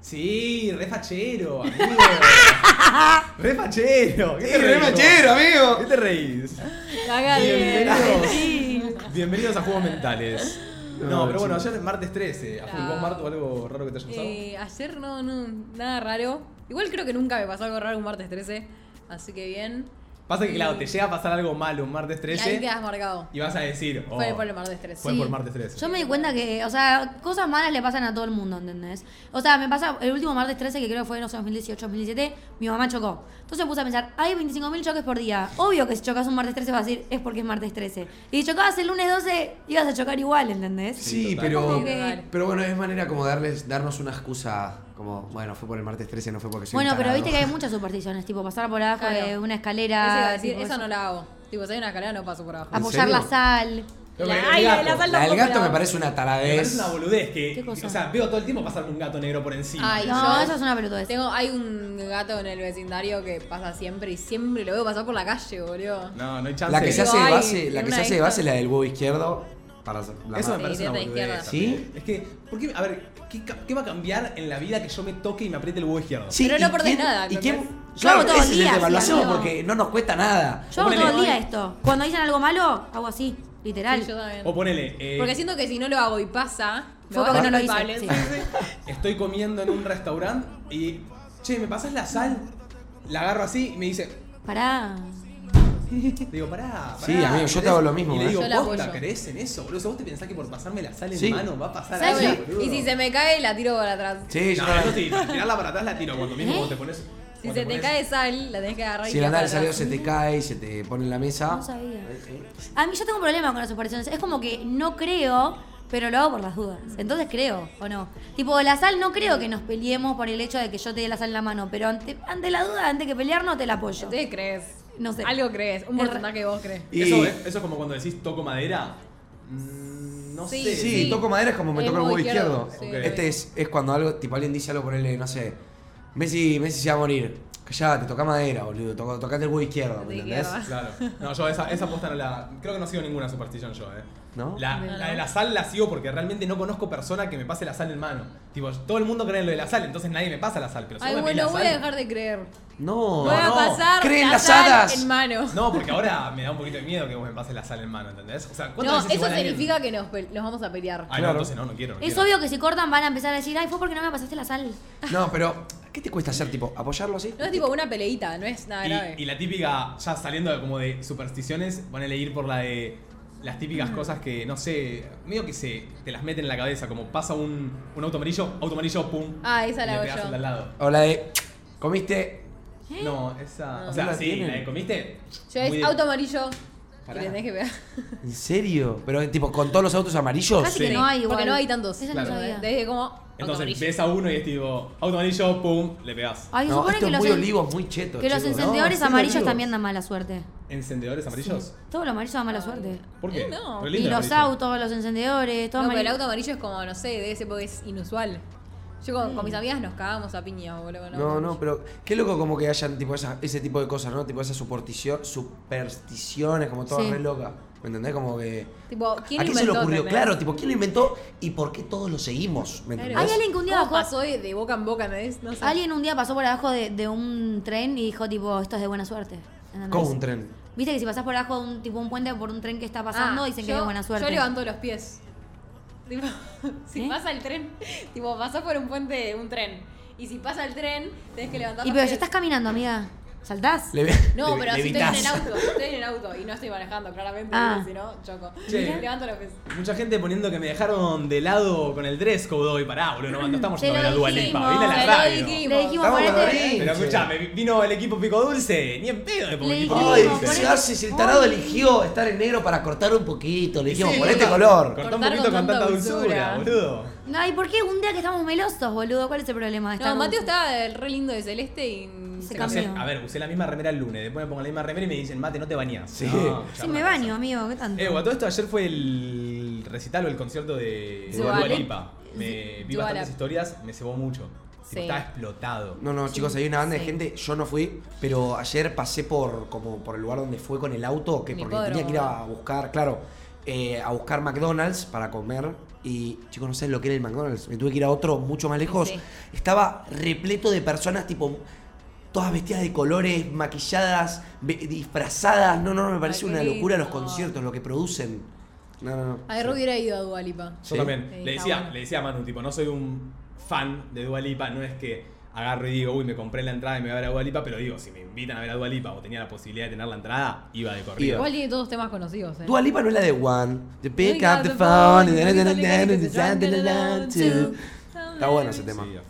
Speaker 1: Sí, re fachero, amigo. re fachero. ¿Qué te reís, vos?
Speaker 2: amigo!
Speaker 1: ¿Qué te reís?
Speaker 3: Haga bien.
Speaker 1: Bienvenidos. Bienvenidos a Juegos Mentales. No,
Speaker 2: No,
Speaker 1: pero bueno,
Speaker 2: chicos.
Speaker 1: ayer es martes 13. ¿A
Speaker 3: Claro.
Speaker 1: vos, Marto, algo raro que te haya pasado?
Speaker 3: Eh, ayer no, no, nada raro. Igual creo que nunca me pasó algo raro un martes 13. Así que bien.
Speaker 1: Pasa que, claro, te llega a pasar algo malo un martes
Speaker 3: Y ahí
Speaker 1: 13
Speaker 3: quedas marcado.
Speaker 1: y vas a decir.
Speaker 3: Fue
Speaker 1: oh,
Speaker 3: por el martes 13.
Speaker 1: Fue
Speaker 4: Sí.
Speaker 1: por martes 13.
Speaker 4: Yo me di cuenta que, o sea, cosas malas le pasan a todo el mundo, ¿entendés? O sea, me pasa el último martes 13, que creo que fue, no sé, 2018, 2017, mi mamá chocó. Entonces me puse a pensar, hay 25.000 choques por día. Obvio que si chocas un martes 13 vas a decir, es porque es martes 13. Y si chocabas el lunes 12, ibas a chocar igual, ¿entendés?
Speaker 2: Sí,
Speaker 1: total.
Speaker 2: pero,
Speaker 4: Como que-
Speaker 2: pero bueno, es manera como darles, darnos una excusa, como, bueno, fue por el martes 13, no fue porque soy
Speaker 4: bueno,
Speaker 2: un
Speaker 4: pero
Speaker 2: tarado.
Speaker 4: viste que hay muchas supersticiones, tipo pasar por abajo
Speaker 3: Claro.
Speaker 4: de
Speaker 3: Eso
Speaker 4: una
Speaker 3: iba
Speaker 4: escalera.
Speaker 3: a decir,
Speaker 4: Ah, tipo Ah,
Speaker 3: eso no la hago. Tipo, si hay una escalera, no paso por abajo.
Speaker 2: ¿En
Speaker 4: Apoyar la
Speaker 2: serio?
Speaker 4: sal.
Speaker 1: Creo
Speaker 3: La-
Speaker 1: que
Speaker 3: ay,
Speaker 1: el
Speaker 3: la
Speaker 1: gato.
Speaker 3: del sal
Speaker 2: La del
Speaker 3: tampoco
Speaker 2: gato
Speaker 3: la
Speaker 2: me
Speaker 3: hago.
Speaker 2: parece una
Speaker 1: Me parece
Speaker 2: taradez.
Speaker 1: una boludez que.
Speaker 4: ¿Qué cosa?
Speaker 1: O sea, veo todo el tiempo pasar un gato negro por encima.
Speaker 3: Ay,
Speaker 4: No,
Speaker 3: yo-
Speaker 4: eso es una pelotudez.
Speaker 3: Tengo, hay un gato en el vecindario que pasa siempre y siempre lo veo pasar por la calle, boludo.
Speaker 1: No, no hay chance.
Speaker 2: La que se
Speaker 3: Digo,
Speaker 2: hace de
Speaker 3: ay,
Speaker 2: base, la
Speaker 3: en
Speaker 2: que se
Speaker 3: una
Speaker 2: hace de
Speaker 3: de
Speaker 2: base es
Speaker 3: estas.
Speaker 2: la del huevo izquierdo para hacer la
Speaker 1: Eso me
Speaker 3: Sí,
Speaker 1: parece una
Speaker 3: izquierda,
Speaker 1: boludez.
Speaker 3: izquierda.
Speaker 1: también.
Speaker 2: ¿Sí?
Speaker 1: Es que, ¿por qué, a ver, ¿qué, ca- qué va a cambiar en la vida que yo me toque y me apriete el huevo izquierdo?
Speaker 2: Sí,
Speaker 3: Pero
Speaker 2: ¿y
Speaker 3: no perdés
Speaker 2: quién-
Speaker 3: nada,
Speaker 2: ¿Y
Speaker 3: ¿me
Speaker 2: quién?
Speaker 3: entendés?
Speaker 4: Yo hago todos
Speaker 2: ese es el
Speaker 4: días,
Speaker 2: tema, lo
Speaker 4: sí,
Speaker 2: hacemos
Speaker 4: amigo.
Speaker 2: porque no nos cuesta nada.
Speaker 4: Yo hago
Speaker 1: Ponele.
Speaker 4: todo el día esto. Cuando dicen algo malo, hago así, literal.
Speaker 3: Sí, yo también.
Speaker 1: O ponele, eh,
Speaker 3: Porque siento que si no lo hago y pasa, me
Speaker 4: Fue
Speaker 3: va a
Speaker 4: porque
Speaker 3: hacer
Speaker 4: no lo
Speaker 3: culpable.
Speaker 4: hice, sí.
Speaker 1: estoy comiendo en un restaurante y, che, ¿me pasas la sal? La agarro así y me dice,
Speaker 4: Pará.
Speaker 1: digo, pará, pará.
Speaker 2: Sí, amigo, yo te hago lo mismo,
Speaker 1: Y le
Speaker 2: ¿eh?
Speaker 1: digo,
Speaker 3: Yo la
Speaker 1: posta,
Speaker 3: apoyo.
Speaker 1: ¿crees en eso, boludo? O sea, vos te pensás que por pasarme la sal en
Speaker 2: Sí.
Speaker 1: mano va a pasar
Speaker 3: ¿Sabes?
Speaker 1: algo,
Speaker 3: qué?
Speaker 1: boludo?
Speaker 3: Y si se me cae, la tiro para atrás.
Speaker 2: Sí, yo
Speaker 1: No,
Speaker 2: no-
Speaker 1: no, sí, para tirarla para atrás la tiro cuando mismo
Speaker 4: ¿Eh?
Speaker 1: vos te pones...
Speaker 3: Si
Speaker 1: cuando
Speaker 3: se te
Speaker 1: pones-
Speaker 3: cae sal, la tenés que agarrar
Speaker 2: Si
Speaker 3: y
Speaker 2: el andar
Speaker 3: tirar
Speaker 2: del salero
Speaker 3: para atrás.
Speaker 2: se te cae y se te pone en la mesa. Eh,
Speaker 4: No sabía. A mí yo tengo un problema con las supersticiones. Es como que no creo, pero lo hago por las dudas. Entonces creo, ¿o no? Tipo, la sal no creo que nos peleemos por el hecho de que yo te dé la sal en la mano, pero ante, ante la duda, antes que pelear, no te la apoyo.
Speaker 3: Entonces crees.
Speaker 4: No sé.
Speaker 3: Algo crees. Un
Speaker 4: Es
Speaker 3: porcentaje que vos crees.
Speaker 2: Y-
Speaker 1: Eso, es- eso es como cuando decís, toco madera. Mm, no
Speaker 3: Sí,
Speaker 1: sé.
Speaker 2: Sí,
Speaker 3: Sí.
Speaker 2: toco madera es como me
Speaker 3: El
Speaker 2: toca el huevo
Speaker 3: huevo
Speaker 2: izquierdo.
Speaker 3: izquierdo,
Speaker 1: sí.
Speaker 2: Este es, es cuando algo, tipo alguien dice algo, ponele, no sé, Messi, Messi se va a morir. Callate, toca madera, boludo, toca, tocate el huevo izquierdo, ¿me
Speaker 3: Sí,
Speaker 2: entendés?
Speaker 3: izquierdo.
Speaker 1: Claro. No, yo esa, esa posta no la. Creo que no sigo ninguna superstición yo, eh.
Speaker 2: ¿No?
Speaker 1: La,
Speaker 3: No.
Speaker 1: la de la sal la sigo porque realmente no conozco persona que me pase la sal en mano. Tipo, todo el mundo cree en lo de la sal, entonces nadie me pasa la sal. Pero si
Speaker 3: Ay,
Speaker 1: vos me pedís
Speaker 3: bueno,
Speaker 1: la
Speaker 3: voy
Speaker 1: sal-
Speaker 3: a dejar de creer.
Speaker 2: No,
Speaker 3: voy a
Speaker 1: no.
Speaker 3: pasar
Speaker 2: Creen
Speaker 3: la
Speaker 2: las
Speaker 3: sal
Speaker 2: hadas.
Speaker 3: en mano.
Speaker 1: No, porque ahora me da un poquito de miedo que vos me pases la sal en mano, ¿entendés? O sea, ¿cuántas
Speaker 3: No,
Speaker 1: veces
Speaker 3: eso
Speaker 1: igual alguien-
Speaker 3: significa que nos, pe- nos vamos a pelear.
Speaker 1: Ay, no,
Speaker 2: Claro.
Speaker 1: entonces no, no quiero. no
Speaker 4: Es
Speaker 1: quiero.
Speaker 4: obvio que si cortan van a empezar a decir, ay, fue porque no me pasaste la sal.
Speaker 2: no, pero ¿qué te cuesta hacer, tipo, apoyarlo así?
Speaker 3: No es tipo una peleita, no es nada Ah, grave.
Speaker 1: Y, y la típica, ya saliendo de- como de supersticiones, van a ir por la de las típicas
Speaker 3: Mm.
Speaker 1: cosas que, no sé, medio que se te las meten en la cabeza, como pasa un, un auto amarillo, auto amarillo, pum.
Speaker 3: Ah, esa la
Speaker 1: y le
Speaker 3: hago
Speaker 1: pegás
Speaker 3: yo. ¿Eh?
Speaker 1: al de al lado.
Speaker 2: O la de, comiste,
Speaker 1: No, esa. O
Speaker 2: No
Speaker 1: sea,
Speaker 2: la
Speaker 1: sí,
Speaker 2: tienen.
Speaker 1: la que comiste.
Speaker 3: Yo
Speaker 1: muy
Speaker 3: es
Speaker 1: de-
Speaker 3: auto amarillo.
Speaker 1: Pará.
Speaker 3: Y le tenés que pegar.
Speaker 2: ¿en serio? Pero, tipo, con todos los autos amarillos.
Speaker 4: Casi
Speaker 1: Sí.
Speaker 4: que no hay igual.
Speaker 3: Porque no hay tantos.
Speaker 4: Eso
Speaker 1: Claro.
Speaker 4: no sabía.
Speaker 3: Desde como.
Speaker 1: Entonces
Speaker 3: autoamarillo.
Speaker 1: ves a uno y es tipo, auto amarillo, pum, le pegás.
Speaker 4: Ay, se
Speaker 2: No,
Speaker 4: supone
Speaker 2: esto es
Speaker 4: que los,
Speaker 2: muy
Speaker 4: en-
Speaker 2: olivos, muy cheto.
Speaker 4: que los
Speaker 2: chicos. No,
Speaker 4: encendedores
Speaker 2: sí,
Speaker 4: amarillos
Speaker 2: olivos.
Speaker 4: también dan mala suerte.
Speaker 1: ¿Encendedores amarillos?
Speaker 4: Todo lo amarillo da mala suerte.
Speaker 1: ¿Por qué?
Speaker 3: Eh, no.
Speaker 1: Re lindo
Speaker 4: Y
Speaker 1: el
Speaker 4: los
Speaker 1: amarillo.
Speaker 4: autos, los encendedores, todo
Speaker 3: No, pero el
Speaker 4: amarillo.
Speaker 3: auto amarillo es como, no sé, de ese porque es inusual. Yo con, con mis amigas nos cagábamos a piña, boludo. con
Speaker 2: No,
Speaker 3: auto
Speaker 2: no,
Speaker 3: amarillo.
Speaker 2: pero qué loco como que hayan tipo esa- ese tipo de cosas, ¿no? Tipo esas supersticio- supersticiones, como todas
Speaker 4: Sí.
Speaker 2: re locas. ¿Me entendés? Como que.
Speaker 3: Tipo, ¿quién
Speaker 2: ¿A
Speaker 3: inventó?
Speaker 2: quién se le ocurrió?
Speaker 3: ¿entendés?
Speaker 2: Claro, tipo, ¿quién lo inventó y por qué todos lo seguimos? ¿Me
Speaker 3: Claro.
Speaker 2: entendés?
Speaker 4: Hay alguien que un día
Speaker 3: ¿Cómo
Speaker 4: bajó-
Speaker 3: pasó de, de boca en boca, ¿me ves? No sé.
Speaker 4: Alguien un día pasó por abajo de, de un tren y dijo, tipo, esto es de buena suerte. ¿entendés?
Speaker 2: Como un tren.
Speaker 4: Viste que si pasás por abajo de un, tipo, un puente por un tren que está pasando,
Speaker 3: Ah,
Speaker 4: dicen que
Speaker 3: yo-
Speaker 4: es de buena suerte.
Speaker 3: Yo levanto los pies. Tipo, si
Speaker 4: ¿Eh?
Speaker 3: pasa el tren, tipo, pasás por un puente de un tren. Y si pasa el tren, tenés que levantar
Speaker 4: y
Speaker 3: los
Speaker 4: pero
Speaker 3: pies.
Speaker 4: si estás caminando, amiga, ¿saltás?
Speaker 2: Le-
Speaker 3: No,
Speaker 2: le-
Speaker 3: pero
Speaker 2: le
Speaker 3: si estoy en el
Speaker 2: evitás.
Speaker 3: auto, si estoy en el auto y no estoy manejando, claramente,
Speaker 4: Ah.
Speaker 3: porque si no, choco.
Speaker 1: Che.
Speaker 3: Levanto los pies.
Speaker 1: Mucha gente poniendo que me dejaron de lado con el dress code hoy. Pará, boludo, no, no estamos
Speaker 4: Te
Speaker 1: yendo a
Speaker 4: lo
Speaker 1: la Dua
Speaker 4: dijimos,
Speaker 1: Lipa. Vine a la
Speaker 3: te lo
Speaker 1: radio.
Speaker 3: dijimos.
Speaker 4: Le dijimos,
Speaker 2: Estamos
Speaker 4: ponete...
Speaker 2: ahí.
Speaker 1: Pero escuchame, vino el equipo Pico Dulce. Ni en pedo de pongo
Speaker 4: Le
Speaker 1: equipo
Speaker 4: dijimos,
Speaker 2: Ay,
Speaker 4: ponete-
Speaker 2: se hace, si el tarado eligió estar en negro para cortar un poquito. Le dijimos,
Speaker 1: Sí,
Speaker 2: ponete
Speaker 1: cortá-
Speaker 2: color.
Speaker 1: Cortá un
Speaker 3: Cortar
Speaker 1: poquito
Speaker 3: con
Speaker 1: con
Speaker 3: tanta
Speaker 1: tanta dulzura,
Speaker 3: dulzura.
Speaker 1: boludo.
Speaker 4: No, ¿y por qué un día que estamos melosos, boludo? ¿Cuál es el problema de estar
Speaker 3: No, Mateo
Speaker 4: dulce?
Speaker 3: estaba re lindo de celeste y.
Speaker 4: Se
Speaker 1: No sé,
Speaker 4: Cambio.
Speaker 1: a ver, usé la misma remera el lunes, después me pongo la misma remera y me dicen, mate, no te bañás.
Speaker 2: Sí.
Speaker 1: No,
Speaker 4: Sí, me
Speaker 1: charla.
Speaker 4: baño, amigo, ¿qué tanto?
Speaker 1: Eh, a todo esto ayer fue el recital o el concierto de de
Speaker 3: Dua
Speaker 1: Dua
Speaker 3: Lipa.
Speaker 1: Lipa. Me vi
Speaker 3: Dua
Speaker 1: bastantes
Speaker 3: Lap.
Speaker 1: historias, me cebó mucho.
Speaker 3: Sí.
Speaker 1: Estaba explotado.
Speaker 2: No, no, chicos, hay una banda de
Speaker 4: sí.
Speaker 2: gente, yo no fui, pero ayer pasé por como por el lugar donde fue con el auto, que
Speaker 3: Un
Speaker 2: porque tenía
Speaker 3: hipódromo,
Speaker 2: que ir a buscar, claro, eh, a buscar McDonald's para comer. Y chicos, no sé lo que era el McDonald's, me tuve que ir a otro mucho más lejos.
Speaker 3: Sí.
Speaker 2: Estaba repleto de personas tipo todas vestidas de colores, maquilladas, ve- disfrazadas. No, no, no, me parece
Speaker 3: qué
Speaker 2: una locura los
Speaker 3: lindo.
Speaker 2: conciertos, lo que producen. No, no, no.
Speaker 3: A ver,
Speaker 2: Sí.
Speaker 3: hubiera ido a Dualipa.
Speaker 1: Yo
Speaker 2: Sí.
Speaker 1: también.
Speaker 3: Sí,
Speaker 1: le,
Speaker 3: está
Speaker 1: decía,
Speaker 3: bueno.
Speaker 1: le decía a Manu, tipo, no soy un fan de Dua Lipa, no es que. agarro y digo, uy, me compré la entrada y me voy a ver a Dualipa, pero digo, si me invitan a ver a Dualipa o tenía la posibilidad de tener la entrada, iba de corrido.
Speaker 3: Igual tiene todos temas conocidos, ¿eh?
Speaker 2: Dua Lipa no es la de One. You pick up the phone. and then- then- then- then- then- then- then- then- Está bueno ese tema.
Speaker 1: Sí, a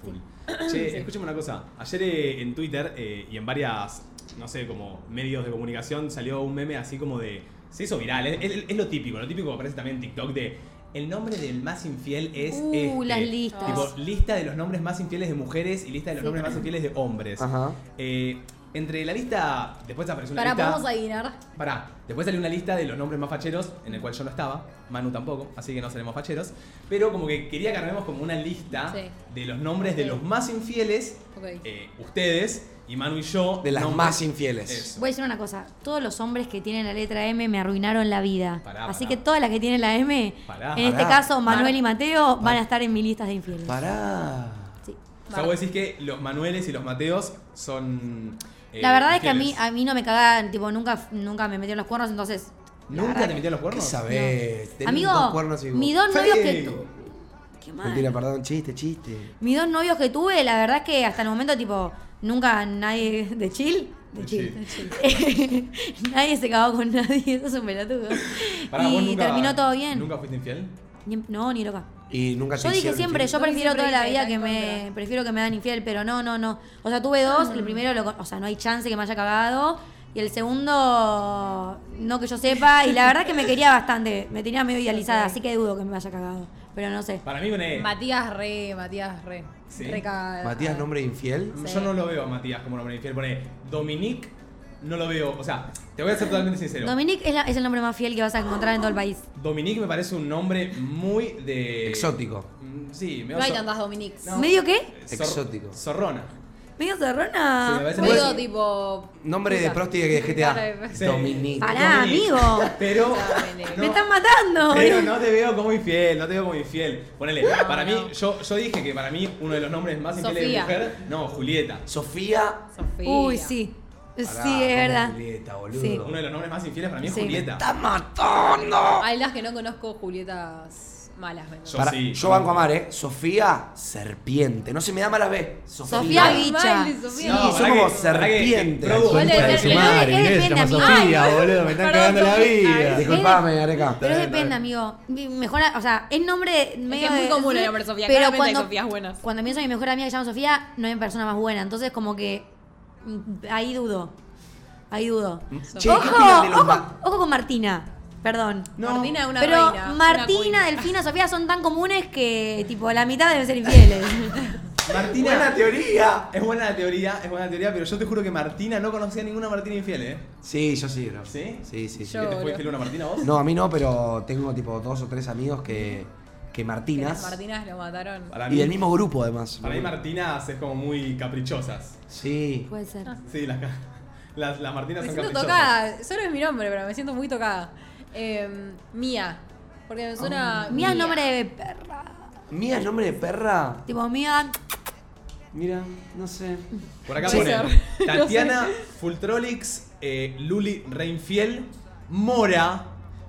Speaker 1: full. Che, escúchame una cosa. Ayer eh, en Twitter eh, y en varias, no sé, como medios de comunicación salió un meme así como de. Se hizo viral. Es, es- es lo típico. Lo típico que aparece también en TikTok de. El nombre del más infiel es.
Speaker 4: Uh,
Speaker 1: este".
Speaker 4: las listas.
Speaker 1: Tipo, lista de los nombres más infieles de mujeres y lista de los nombres más infieles de hombres.
Speaker 2: Ajá.
Speaker 1: Eh, entre la lista. Después apareció una
Speaker 3: Para,
Speaker 1: lista.
Speaker 3: podemos adivinar.
Speaker 1: Pará, después salió una lista de los nombres más facheros, en el cual yo no estaba, Manu tampoco, así que no seremos facheros. Pero como que quería que armemos como una lista
Speaker 3: Sí.
Speaker 1: de los nombres de
Speaker 3: Ok.
Speaker 1: los más infieles,
Speaker 3: Ok.
Speaker 1: eh, ustedes y Manu y yo.
Speaker 2: De las
Speaker 1: nombres-
Speaker 2: más infieles.
Speaker 1: Eso.
Speaker 4: Voy a decir una cosa, todos los hombres que tienen la letra M me arruinaron la vida.
Speaker 1: Pará,
Speaker 4: Así
Speaker 1: pará.
Speaker 4: que todas las que tienen la M,
Speaker 1: Pará,
Speaker 4: en este
Speaker 2: pará,
Speaker 4: caso Manuel y Mateo, van a estar en mi lista de infieles.
Speaker 2: Pará.
Speaker 4: Sí.
Speaker 1: O sea, vos decís que los Manueles y los Mateos son. eh,
Speaker 4: la verdad es que a mí,
Speaker 1: infieles.
Speaker 4: a mí no me cagaban, tipo, nunca, nunca me metieron los cuernos, entonces. la
Speaker 1: ¿Nunca
Speaker 4: verdad
Speaker 1: te
Speaker 4: que-
Speaker 1: metían los
Speaker 2: ¿Qué
Speaker 1: cuernos?
Speaker 2: sabés? Tenés
Speaker 4: Amigo,
Speaker 2: dos cuernos y vos-
Speaker 4: mi don novio
Speaker 1: ¡Sí!
Speaker 4: que tu- Qué mal.
Speaker 2: Mentira, perdón, chiste, chiste.
Speaker 4: Mis dos novios que tuve, la verdad es que hasta el momento, tipo, nunca nadie de chill. De
Speaker 1: De
Speaker 4: chill. nadie se cagó con nadie, eso es un pelotudo.
Speaker 1: Pará,
Speaker 4: y
Speaker 1: vos nunca-
Speaker 4: terminó todo bien.
Speaker 1: ¿Nunca fuiste infiel?
Speaker 4: Ni- no, ni loca.
Speaker 2: Y nunca te
Speaker 4: Yo dije
Speaker 2: hicieron
Speaker 4: siempre,
Speaker 2: infiel.
Speaker 4: yo
Speaker 3: Tony
Speaker 4: prefiero
Speaker 3: siempre
Speaker 4: toda la
Speaker 3: dice,
Speaker 4: vida
Speaker 3: está
Speaker 4: que
Speaker 3: en
Speaker 4: me
Speaker 3: contra.
Speaker 4: prefiero que me hagan infiel, pero no, no, no. O sea, tuve dos, el primero, lo, o sea, no hay chance que me haya cagado. Y el segundo, no que yo sepa. Y la verdad que me quería bastante. Me tenía medio idealizada, así que dudo que me haya cagado. Pero no sé.
Speaker 1: Para mí, una E.
Speaker 3: Matías re, Matías re.
Speaker 1: Sí.
Speaker 3: Re cagada.
Speaker 2: Matías, nombre infiel.
Speaker 1: Yo no lo veo a Matías como nombre infiel. Pone Dominique, no lo veo. O sea, te voy a ser totalmente sincero.
Speaker 4: Dominique es, la- es el nombre más fiel que vas a encontrar en todo el país.
Speaker 1: Dominique me parece un nombre muy de.
Speaker 2: Exótico.
Speaker 1: Mm, Sí, me
Speaker 3: No hay tantas Dominiques.
Speaker 1: No.
Speaker 4: ¿Medio qué?
Speaker 2: Exótico.
Speaker 1: Zorrona.
Speaker 4: ¿Medio
Speaker 1: Sí, me
Speaker 4: cerrona?
Speaker 1: parece muy-
Speaker 3: Medio tipo.
Speaker 2: Nombre de
Speaker 3: puta.
Speaker 2: próstata que de GTA.
Speaker 3: Claro.
Speaker 1: Sí.
Speaker 2: Dominique.
Speaker 4: Pará,
Speaker 1: Dominique.
Speaker 4: amigo.
Speaker 1: Pero.
Speaker 3: Dominique.
Speaker 1: no,
Speaker 4: Me están matando.
Speaker 1: Pero no te veo como infiel, no te veo como infiel. Ponele, para mí,
Speaker 3: no.
Speaker 1: yo, yo dije que para mí uno de los nombres más infieles de
Speaker 3: Sofía.
Speaker 1: mujer. No, Julieta.
Speaker 2: Sofía.
Speaker 3: Sofía.
Speaker 4: Uy, sí.
Speaker 2: Pará,
Speaker 4: sí, es
Speaker 2: ¿cómo
Speaker 4: verdad.
Speaker 2: Julieta, boludo.
Speaker 4: Sí.
Speaker 1: Uno de los nombres más infieles para mí es
Speaker 4: Sí.
Speaker 1: Julieta.
Speaker 2: ¡Está matando!
Speaker 3: Hay las que no conozco Julietas malas, ¿verdad?
Speaker 1: Yo
Speaker 2: Pará,
Speaker 1: sí.
Speaker 2: yo banco a amar, ¿eh? Sofía, serpiente. No se me da malas B. Sofía.
Speaker 4: Sofía
Speaker 3: Ay,
Speaker 4: bicha.
Speaker 3: mal, Sofía.
Speaker 1: No,
Speaker 2: Sí,
Speaker 1: pará
Speaker 2: son como
Speaker 1: que- pará que-
Speaker 2: serpientes.
Speaker 1: Produ-
Speaker 3: Igual
Speaker 5: Hija de
Speaker 3: es-
Speaker 5: su
Speaker 3: es-
Speaker 5: madre,
Speaker 4: es-
Speaker 5: Inés,
Speaker 4: es
Speaker 5: se llama
Speaker 4: depende a mí.
Speaker 5: Sofía, boludo, me están
Speaker 3: Perdón,
Speaker 5: cagando la
Speaker 3: Sofía.
Speaker 5: vida.
Speaker 3: Ay,
Speaker 2: Disculpame, Areca.
Speaker 4: Pero es
Speaker 5: Está bien,
Speaker 4: depende, amigo. Mi mejor, a- o sea, es nombre medio
Speaker 3: es muy
Speaker 4: de-
Speaker 3: común el nombre Sofía,
Speaker 4: Pero
Speaker 3: claramente hay
Speaker 4: cuando,
Speaker 3: Sofías buenas.
Speaker 4: Cuando pienso en mi mejor amiga que se llama Sofía, no hay persona más buena. Entonces, como que mm, ahí dudo. Ahí dudo.
Speaker 2: Che, ¿qué
Speaker 4: ojo,
Speaker 2: opinan de los
Speaker 4: ojo,
Speaker 2: ma-
Speaker 4: ojo con Martina. Perdón.
Speaker 3: Martina es una
Speaker 4: Pero
Speaker 3: reina, una
Speaker 4: Martina,
Speaker 3: queen.
Speaker 4: Delfina, Sofía son tan comunes que, tipo, la mitad deben ser infieles.
Speaker 1: Martina.
Speaker 2: ¡Buena teoría!
Speaker 1: Es buena la teoría, es buena la teoría, pero yo te juro que Martina no conocía ninguna Martina infiel, ¿eh?
Speaker 2: Sí, yo sí, bro.
Speaker 1: ¿Sí?
Speaker 2: Sí, sí, sí.
Speaker 1: ¿Qué te
Speaker 3: Yo,
Speaker 1: fue
Speaker 3: boludo.
Speaker 1: infiel una Martina vos?
Speaker 2: No, a mí no, pero tengo tipo dos o tres amigos que, que
Speaker 3: Que las
Speaker 2: Martinas.
Speaker 3: Martinas lo mataron.
Speaker 1: Para
Speaker 2: Y
Speaker 1: mí,
Speaker 2: del mismo grupo, además.
Speaker 1: para mí Martinas es como muy caprichosas.
Speaker 2: Sí.
Speaker 4: Puede ser.
Speaker 1: Sí, las, las, las Martinas
Speaker 3: Me
Speaker 1: son
Speaker 3: siento
Speaker 1: caprichosas.
Speaker 3: tocada. Solo es mi nombre, pero me siento muy tocada. Eh, Mía. Porque me suena.
Speaker 4: Mía es nombre de perra.
Speaker 2: Mía es nombre de perra.
Speaker 4: Tipo, Mía,
Speaker 2: Mira, no sé.
Speaker 1: Por acá
Speaker 3: Puede
Speaker 1: pone
Speaker 3: ser.
Speaker 1: Tatiana, Fultrolix, eh, Luli Reinfiel, Mora.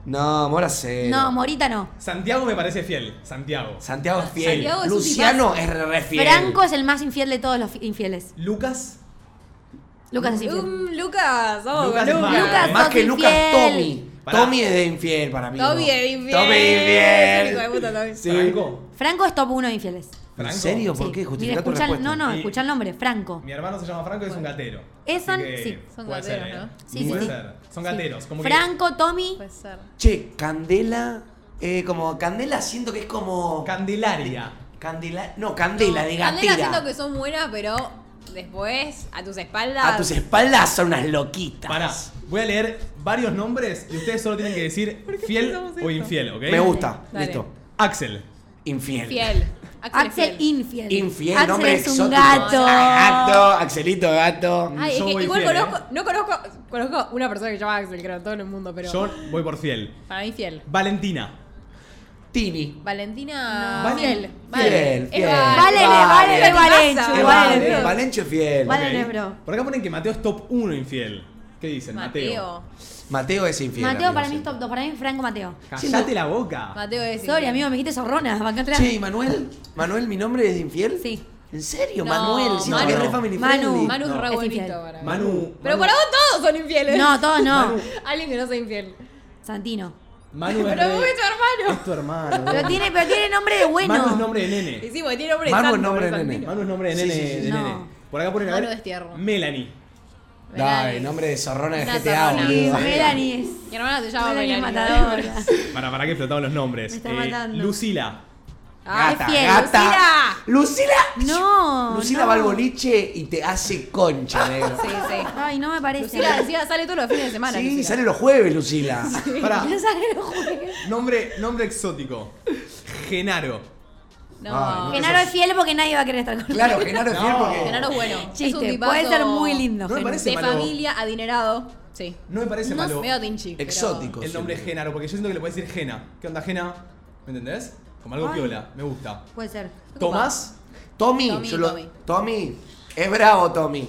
Speaker 2: No, Mora sé.
Speaker 4: no, Morita no.
Speaker 1: Santiago me parece fiel. Santiago.
Speaker 2: Santiago es fiel.
Speaker 3: Santiago es un
Speaker 2: Luciano es re, re fiel.
Speaker 4: Franco es el más infiel de todos los fi- infieles.
Speaker 1: Lucas.
Speaker 4: Lucas es infiel.
Speaker 3: Um, Lucas, vamos,
Speaker 1: Lucas es
Speaker 3: Lucas.
Speaker 1: malo.
Speaker 4: Lucas,
Speaker 2: Más
Speaker 4: sos
Speaker 2: que Lucas,
Speaker 4: infiel.
Speaker 2: Tommy.
Speaker 1: Pará.
Speaker 2: Tommy es de infiel para mí.
Speaker 3: Tommy
Speaker 2: ¿no?
Speaker 3: es infiel.
Speaker 2: Tommy es
Speaker 3: Es un hijo de puta, Tommy.
Speaker 2: infiel. Sí.
Speaker 1: Franco.
Speaker 3: Uh.
Speaker 4: Franco es top 1 de infieles.
Speaker 2: ¿En
Speaker 1: Franco.
Speaker 2: serio? ¿Por
Speaker 4: Sí.
Speaker 2: qué?
Speaker 4: Mira,
Speaker 2: Justifica tu
Speaker 4: escucha el-
Speaker 2: respuesta.
Speaker 4: No, no,
Speaker 1: Y-
Speaker 4: escucha el nombre, Franco.
Speaker 1: Mi hermano se llama Franco y es un gatero.
Speaker 4: Es
Speaker 1: Así
Speaker 4: son-
Speaker 1: que
Speaker 4: sí,
Speaker 3: son
Speaker 1: puede ser,
Speaker 3: gateros,
Speaker 1: ¿eh?
Speaker 3: ¿no?
Speaker 4: Sí, sí,
Speaker 1: puede
Speaker 4: sí.
Speaker 1: ser. Son
Speaker 4: Sí.
Speaker 1: gateros. Como que-
Speaker 4: Franco, Tommy.
Speaker 3: Puede ser.
Speaker 2: Che, Candela. eh, como Candela siento que es como.
Speaker 1: Candelaria.
Speaker 2: Candela. No, Candela de
Speaker 3: Candela
Speaker 2: gatera.
Speaker 3: siento que son buenas, pero después, a tus espaldas.
Speaker 2: A tus espaldas son unas loquitas.
Speaker 1: Pará. Voy a leer varios nombres y ustedes solo tienen que decir fiel
Speaker 3: hacemos
Speaker 1: o
Speaker 3: esto?
Speaker 1: infiel, ¿ok?
Speaker 2: Me gusta.
Speaker 3: Dale.
Speaker 2: Listo.
Speaker 1: Axel.
Speaker 2: Infiel.
Speaker 3: Fiel. Axel, es
Speaker 4: Axel
Speaker 3: fiel.
Speaker 4: infiel.
Speaker 2: Infiel,
Speaker 4: Axel
Speaker 2: nombre
Speaker 4: es
Speaker 2: exótico.
Speaker 4: un gato.
Speaker 2: Ah, gato, Axelito gato.
Speaker 3: Ay,
Speaker 1: Yo
Speaker 3: es que
Speaker 1: voy
Speaker 3: igual
Speaker 2: ¿eh?
Speaker 1: fiel,
Speaker 3: conozco, no conozco, conozco una persona que se llama Axel, creo, en todo el mundo, pero
Speaker 1: Yo voy por fiel.
Speaker 3: para mí fiel.
Speaker 1: Valentina.
Speaker 2: Tini.
Speaker 3: Valentina
Speaker 1: No.
Speaker 3: fiel.
Speaker 2: Fiel,
Speaker 3: Vale.
Speaker 2: fiel.
Speaker 4: Vale,
Speaker 2: Vale.
Speaker 4: vale, vale,
Speaker 3: Pasa,
Speaker 2: Es
Speaker 3: boludo.
Speaker 2: Valen- eh, Valencho es fiel.
Speaker 4: Vale,
Speaker 1: Ok.
Speaker 4: no, bro.
Speaker 1: Por acá ponen que Mateo es top 1 infiel. ¿Qué dicen? Mateo.
Speaker 3: Mateo.
Speaker 2: Mateo es infiel.
Speaker 4: Mateo
Speaker 2: amigo,
Speaker 4: para mí es
Speaker 2: siento.
Speaker 4: top 2. Para mí es Franco Mateo.
Speaker 1: Callate la boca.
Speaker 3: Mateo es
Speaker 4: Sorry,
Speaker 3: infiel.
Speaker 4: amigo, me dijiste zorrona. bancátela.
Speaker 2: Che, ¿y Manuel? ¿Manuel mi nombre es infiel?
Speaker 4: Sí.
Speaker 2: ¿En serio?
Speaker 3: No,
Speaker 2: Manuel, si
Speaker 3: Manu.
Speaker 2: es re family
Speaker 4: Manu.
Speaker 2: friendly.
Speaker 3: Manu es
Speaker 2: No.
Speaker 3: re
Speaker 4: Es
Speaker 3: bonito
Speaker 4: infiel.
Speaker 3: para mí.
Speaker 1: Manu.
Speaker 3: Pero
Speaker 1: Manu-
Speaker 3: para vos todos son infieles.
Speaker 4: No, todos no.
Speaker 3: Alguien que no sea infiel.
Speaker 4: Santino.
Speaker 1: Manu es
Speaker 3: Pero
Speaker 1: re-
Speaker 3: vos es tu hermano.
Speaker 1: es tu hermano.
Speaker 4: Pero
Speaker 1: boludo.
Speaker 4: tiene, pero tiene nombre de bueno.
Speaker 1: Manu es nombre de
Speaker 3: Y
Speaker 1: nene.
Speaker 3: sí, porque tiene nombre de
Speaker 2: Eh. Manu es
Speaker 3: santo,
Speaker 2: nombre de
Speaker 3: por
Speaker 2: nene.
Speaker 3: santo.
Speaker 1: Manu es nombre de
Speaker 2: Sí,
Speaker 1: nene.
Speaker 2: sí, sí,
Speaker 1: de
Speaker 4: sí.
Speaker 1: nene.
Speaker 4: No.
Speaker 1: Por acá ponen a
Speaker 3: Manu
Speaker 1: ver.
Speaker 3: es tierno.
Speaker 1: Melanie.
Speaker 2: Dale, nombre de zorrona de
Speaker 3: Una
Speaker 2: GTA,
Speaker 3: zorrona.
Speaker 4: Sí,
Speaker 2: boludo.
Speaker 4: Melanie es.
Speaker 3: Mi hermana se llama
Speaker 4: Melanie
Speaker 3: Melanie.
Speaker 4: es matadora.
Speaker 1: Para, para que flotaban los nombres. Eh,
Speaker 4: Me está matando.
Speaker 1: Lucila.
Speaker 3: Ah,
Speaker 4: es fiel,
Speaker 2: Lucila.
Speaker 4: No.
Speaker 2: Lucila
Speaker 4: no.
Speaker 2: va al boliche y te hace concha, negro.
Speaker 3: Sí, sí.
Speaker 4: Ay, no me parece.
Speaker 3: Lucila, Lucila sale todos los fines de semana.
Speaker 2: Sí,
Speaker 3: Lucila.
Speaker 2: sale los jueves, Lucila.
Speaker 1: Para,
Speaker 4: No sale el juego.
Speaker 1: nombre, nombre exótico. Genaro. Ah,
Speaker 3: No.
Speaker 2: Ay,
Speaker 4: Genaro es fiel porque nadie va a querer estar con él.
Speaker 2: Claro, Genaro es fiel
Speaker 1: No.
Speaker 2: porque.
Speaker 3: Genaro es bueno. es un
Speaker 4: Chiste,
Speaker 3: tipazo
Speaker 4: puede ser muy lindo.
Speaker 1: No me
Speaker 4: Genaro.
Speaker 1: parece
Speaker 3: De
Speaker 1: malo.
Speaker 3: familia, adinerado. Sí.
Speaker 1: No me parece
Speaker 3: No
Speaker 1: malo
Speaker 3: medio tinchi. pero-
Speaker 2: Exótico.
Speaker 1: el nombre
Speaker 2: siempre.
Speaker 1: Genaro, porque yo siento que le puedes decir Gena. ¿Qué onda, Gena? ¿Me entendés? Como algo
Speaker 4: Ay.
Speaker 1: piola, me gusta.
Speaker 4: Puede ser.
Speaker 1: Tomás.
Speaker 2: Tommy,
Speaker 3: Tommy,
Speaker 2: yo lo-
Speaker 3: Tommy.
Speaker 2: Tommy. es bravo, Tommy.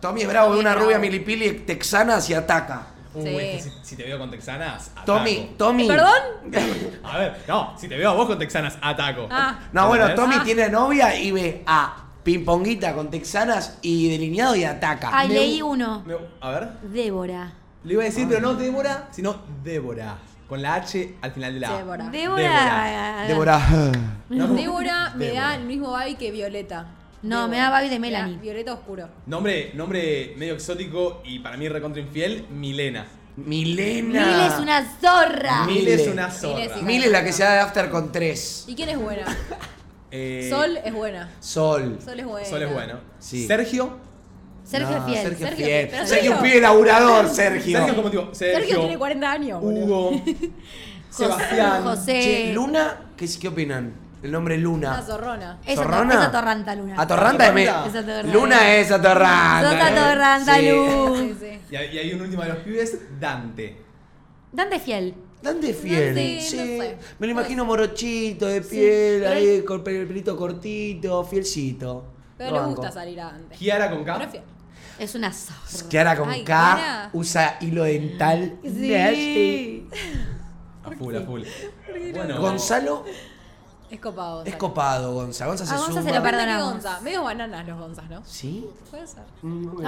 Speaker 2: Tommy es bravo,
Speaker 3: Tommy
Speaker 2: ve
Speaker 3: es
Speaker 2: una
Speaker 3: bravo.
Speaker 2: rubia milipili texana y ataca.
Speaker 1: Uh,
Speaker 3: Sí.
Speaker 1: es que si, si te veo con texanas, ataco.
Speaker 2: Tommy, Tommy.
Speaker 3: ¿Perdón?
Speaker 1: A ver, no, si te veo a vos con texanas, ataco.
Speaker 3: Ah.
Speaker 2: No, bueno,
Speaker 1: ¿Entendés?
Speaker 2: Tommy
Speaker 3: Ah.
Speaker 2: tiene novia y ve a Pimponguita con texanas y delineado y ataca.
Speaker 4: Ay,
Speaker 1: Me-
Speaker 4: leí uno.
Speaker 1: Ah. Me- a ver,
Speaker 4: Débora.
Speaker 1: le iba a decir, pero no Débora, sino Débora. Con la H al final de la A.
Speaker 3: Débora.
Speaker 4: Débora.
Speaker 2: Débora.
Speaker 1: No, como-
Speaker 3: Débora me da
Speaker 1: Débora.
Speaker 3: el mismo vibe que Violeta.
Speaker 4: No,
Speaker 3: Débora.
Speaker 4: me da vibe de
Speaker 3: Me da
Speaker 4: Melanie.
Speaker 3: Violeta oscuro.
Speaker 1: Nombre, nombre medio exótico y para mí recontra infiel, Milena.
Speaker 2: Milena.
Speaker 4: Mil es una
Speaker 3: Ah.
Speaker 4: zorra.
Speaker 2: Mi-
Speaker 1: Mil es
Speaker 2: Mile.
Speaker 1: una
Speaker 3: Mile es
Speaker 1: zorra.
Speaker 3: hija.
Speaker 2: Mil es la que se da de after con tres.
Speaker 3: ¿Y quién es buena?
Speaker 1: Eh,
Speaker 3: Sol es buena.
Speaker 2: Sol.
Speaker 3: Sol es buena.
Speaker 1: Sol es bueno.
Speaker 2: Sí.
Speaker 1: Sergio.
Speaker 4: Sergio es
Speaker 2: No,
Speaker 4: fiel.
Speaker 2: Sergio, es
Speaker 3: Sergio,
Speaker 2: fiel. Sergio es
Speaker 3: pero
Speaker 2: un
Speaker 3: Sergio-
Speaker 2: pibe laburador, Sergio.
Speaker 1: Sergio, como digo, Sergio.
Speaker 3: Sergio tiene 40 años. boludo.
Speaker 1: Hugo. Sebastián.
Speaker 4: José.
Speaker 2: Che, Luna, ¿qué, qué opinan? El nombre
Speaker 3: Una
Speaker 2: Luna.
Speaker 3: zorrona.
Speaker 4: Es
Speaker 2: ¿Zorrona?
Speaker 4: ator- es atorranta, Luna.
Speaker 2: Atorranta es me-
Speaker 1: Atorranta.
Speaker 4: Es atorranta.
Speaker 2: Luna es atorranta.
Speaker 4: Sos atorranta,
Speaker 2: Sí.
Speaker 4: Lu.
Speaker 3: Sí, sí.
Speaker 1: Y hay y hay un último de los pibes, Dante.
Speaker 4: Dante es fiel.
Speaker 2: Dante es fiel.
Speaker 3: Dante,
Speaker 2: sí.
Speaker 3: no sé.
Speaker 2: Me lo imagino morochito, de piel, ahí, con el pelito cortito, fielcito.
Speaker 3: Pero
Speaker 2: Lo
Speaker 3: le
Speaker 2: banco.
Speaker 3: gusta salir adelante.
Speaker 1: Kiara con
Speaker 3: Pero
Speaker 1: K.
Speaker 3: es fiel.
Speaker 4: Es una zorra.
Speaker 2: Kiara con
Speaker 3: Ay,
Speaker 2: K
Speaker 3: Kiara.
Speaker 2: usa hilo dental. Nasty.
Speaker 1: A full, a full. Bueno,
Speaker 2: Gonzalo
Speaker 3: Es copado. Gonzalo.
Speaker 2: es copado, Gonza. Gonza se
Speaker 4: A Gonza
Speaker 2: suma.
Speaker 4: se lo
Speaker 3: Depende de
Speaker 4: Perdonamos.
Speaker 3: Gonza. Medio bananas los Gonzas, ¿no?
Speaker 2: ¿Sí?
Speaker 3: Puede ser.
Speaker 4: A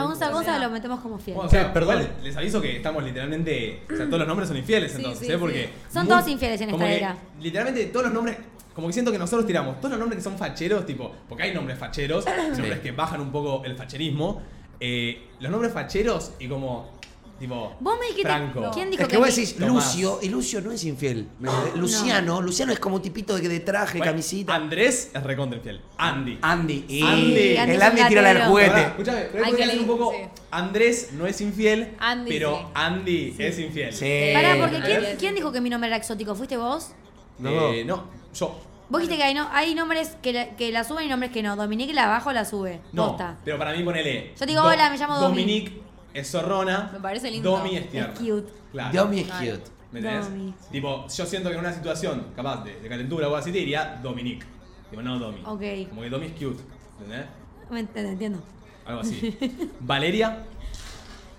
Speaker 4: Gonza,
Speaker 3: O
Speaker 4: Gonza
Speaker 3: sea-
Speaker 4: lo metemos como fiel.
Speaker 1: bueno, o sea, perdón, les- les aviso que estamos literalmente. O sea, todos los nombres son infieles
Speaker 3: Sí,
Speaker 1: entonces,
Speaker 3: sí,
Speaker 1: ¿eh? Porque.
Speaker 4: sí. Son todos infieles en
Speaker 1: como
Speaker 4: esta
Speaker 1: que
Speaker 4: era.
Speaker 1: Literalmente todos los nombres. Como que siento que nosotros tiramos todos los nombres que son facheros, tipo. Porque hay nombres facheros, nombres que bajan un poco el facherismo. eh, los nombres facheros y como. Tipo.
Speaker 4: Vos me dijiste.
Speaker 1: Franco.
Speaker 4: ¿Quién dijo
Speaker 2: Es que vos
Speaker 4: mi-
Speaker 2: decís,
Speaker 1: Tomás.
Speaker 2: Lucio, y Lucio no es infiel. ¿me entendés? Luciano, Luciano es como tipito de, de traje,
Speaker 1: Bueno,
Speaker 2: camisita.
Speaker 1: Andrés es recontra infiel. Andy.
Speaker 2: Andy.
Speaker 1: Andy.
Speaker 2: Y- El
Speaker 4: Andy es
Speaker 2: Andy
Speaker 4: un
Speaker 2: tira la del
Speaker 4: gatero.
Speaker 1: Pará,
Speaker 2: juguete.
Speaker 1: Escuchame, pero
Speaker 3: Hay
Speaker 1: hay
Speaker 3: que
Speaker 1: que decir un
Speaker 3: leer,
Speaker 1: poco.
Speaker 3: sí.
Speaker 1: Andrés no es infiel,
Speaker 3: Andy,
Speaker 1: pero
Speaker 3: sí.
Speaker 1: Andy es infiel.
Speaker 2: Sí.
Speaker 4: Pará, porque
Speaker 1: Eh,
Speaker 4: ¿quién, quién dijo que mi nombre era exótico? ¿Fuiste vos?
Speaker 1: Eh, no, yo.
Speaker 4: Vos dijiste que hay, no, hay nombres que la, que la suben y nombres que no. Dominique la bajo la sube.
Speaker 1: No,
Speaker 4: Posta.
Speaker 1: pero para mí ponele.
Speaker 4: Yo te digo, hola, me llamo Domi.
Speaker 1: Dominique es zorrona.
Speaker 3: Me parece lindo.
Speaker 1: Domi es tierna.
Speaker 4: Es cute.
Speaker 1: Claro.
Speaker 2: Domi es cute.
Speaker 1: ¿Me entendés?
Speaker 4: Domi.
Speaker 1: Tipo, yo siento que en una situación capaz de, de calentura o así te diría Dominique. Tipo, no Domi.
Speaker 4: Ok.
Speaker 1: Como que Domi es cute. ¿Entendés?
Speaker 4: Me ent- entiendo.
Speaker 1: Algo así. Valeria.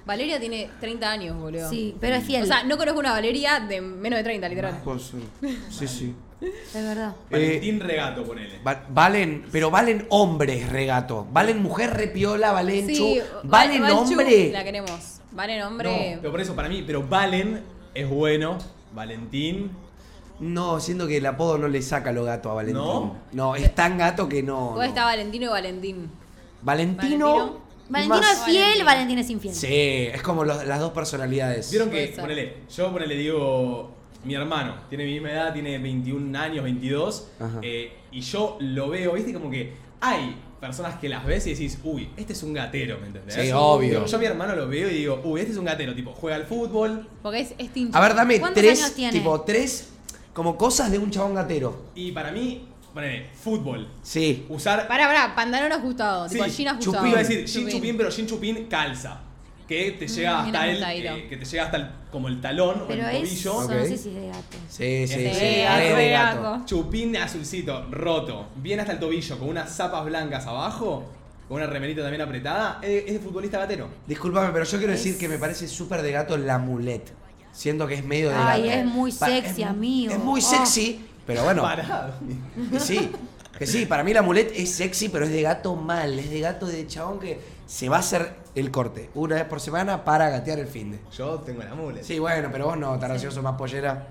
Speaker 3: Valeria tiene 30 años, boludo.
Speaker 4: Sí, pero es fiel.
Speaker 3: O sea, no conozco una Valeria de menos de 30, literal.
Speaker 2: Sí, sí.
Speaker 4: es verdad.
Speaker 2: Eh,
Speaker 1: Valentín Regato, ponele.
Speaker 2: Va- Valen, pero valen hombres, regato. Valen mujer repiola, valen
Speaker 3: Sí,
Speaker 2: chu. Valen
Speaker 3: Val- Valchu,
Speaker 2: hombre.
Speaker 3: La queremos. Valen
Speaker 1: No,
Speaker 3: hombre.
Speaker 1: pero por eso para mí, pero Valen es bueno. Valentín.
Speaker 2: No, siento que el apodo no le saca lo gato a Valentín.
Speaker 1: ¿No?
Speaker 2: es tan gato que no.
Speaker 3: Después
Speaker 2: no.
Speaker 3: está Valentino y Valentín.
Speaker 2: Valentino.
Speaker 4: Valentino
Speaker 2: más-
Speaker 4: es fiel,
Speaker 3: Valentino.
Speaker 4: Valentín es infiel.
Speaker 2: Sí, es como los- las dos personalidades.
Speaker 1: Vieron
Speaker 3: Puede
Speaker 1: que,
Speaker 3: ser.
Speaker 1: ponele, yo ponele digo, mi hermano tiene mi misma edad, tiene 21 años, 22,
Speaker 2: Ajá.
Speaker 1: eh, y yo lo veo, viste, como que hay personas que las ves y decís, uy, este es un gatero, ¿me entendés?
Speaker 2: Sí, obvio.
Speaker 1: Yo a mi hermano lo veo y digo, uy, este es un gatero, tipo, juega al fútbol
Speaker 3: Porque es, es tincho.
Speaker 2: A ver, dame
Speaker 4: ¿Cuántos
Speaker 2: tres.
Speaker 4: años tiene?
Speaker 2: Tipo, tres. Como cosas de un chabón gatero.
Speaker 1: y para mí, ponele, fútbol,
Speaker 2: Sí.
Speaker 1: usar...
Speaker 3: Pará, pará, pantalón ajustado. Tipo,
Speaker 1: sí,
Speaker 3: jean ajustado.
Speaker 1: Chupín, iba a decir, Shin Chupín, pero Shin Chupín calza. Que te llega
Speaker 3: Mm,
Speaker 1: hasta
Speaker 3: mira,
Speaker 1: el,
Speaker 3: ajustadito.
Speaker 1: eh, que te llega hasta el, como el talón
Speaker 4: Pero
Speaker 1: o el
Speaker 4: es. Ah.
Speaker 1: tobillo.
Speaker 4: eso
Speaker 2: Ok.
Speaker 4: No sé si es de gato.
Speaker 2: Sí, sí, sí.
Speaker 1: Sí,
Speaker 2: re
Speaker 1: re
Speaker 2: de
Speaker 3: gato.
Speaker 2: gato.
Speaker 1: Chupín azulcito, roto, bien hasta el tobillo, con unas zapas blancas abajo, con una remerita también apretada, eh, es, es futbolista gatero.
Speaker 2: Disculpame, pero yo quiero decir que me parece súper de gato la mulette. Siento que es medio de
Speaker 4: Ay,
Speaker 2: gato.
Speaker 4: es muy
Speaker 2: Pa-
Speaker 4: sexy,
Speaker 2: es-
Speaker 4: amigo.
Speaker 2: Es muy
Speaker 4: Oh.
Speaker 2: sexy, pero bueno.
Speaker 1: Parado.
Speaker 2: Sí. Que sí, para mí la mulet es sexy, pero es de gato mal. Es de gato de chabón que se va a hacer el corte una vez por semana para gatear el fin de.
Speaker 1: Yo tengo la mule.
Speaker 2: Sí, bueno, pero vos no, Tarancioso, más pollera.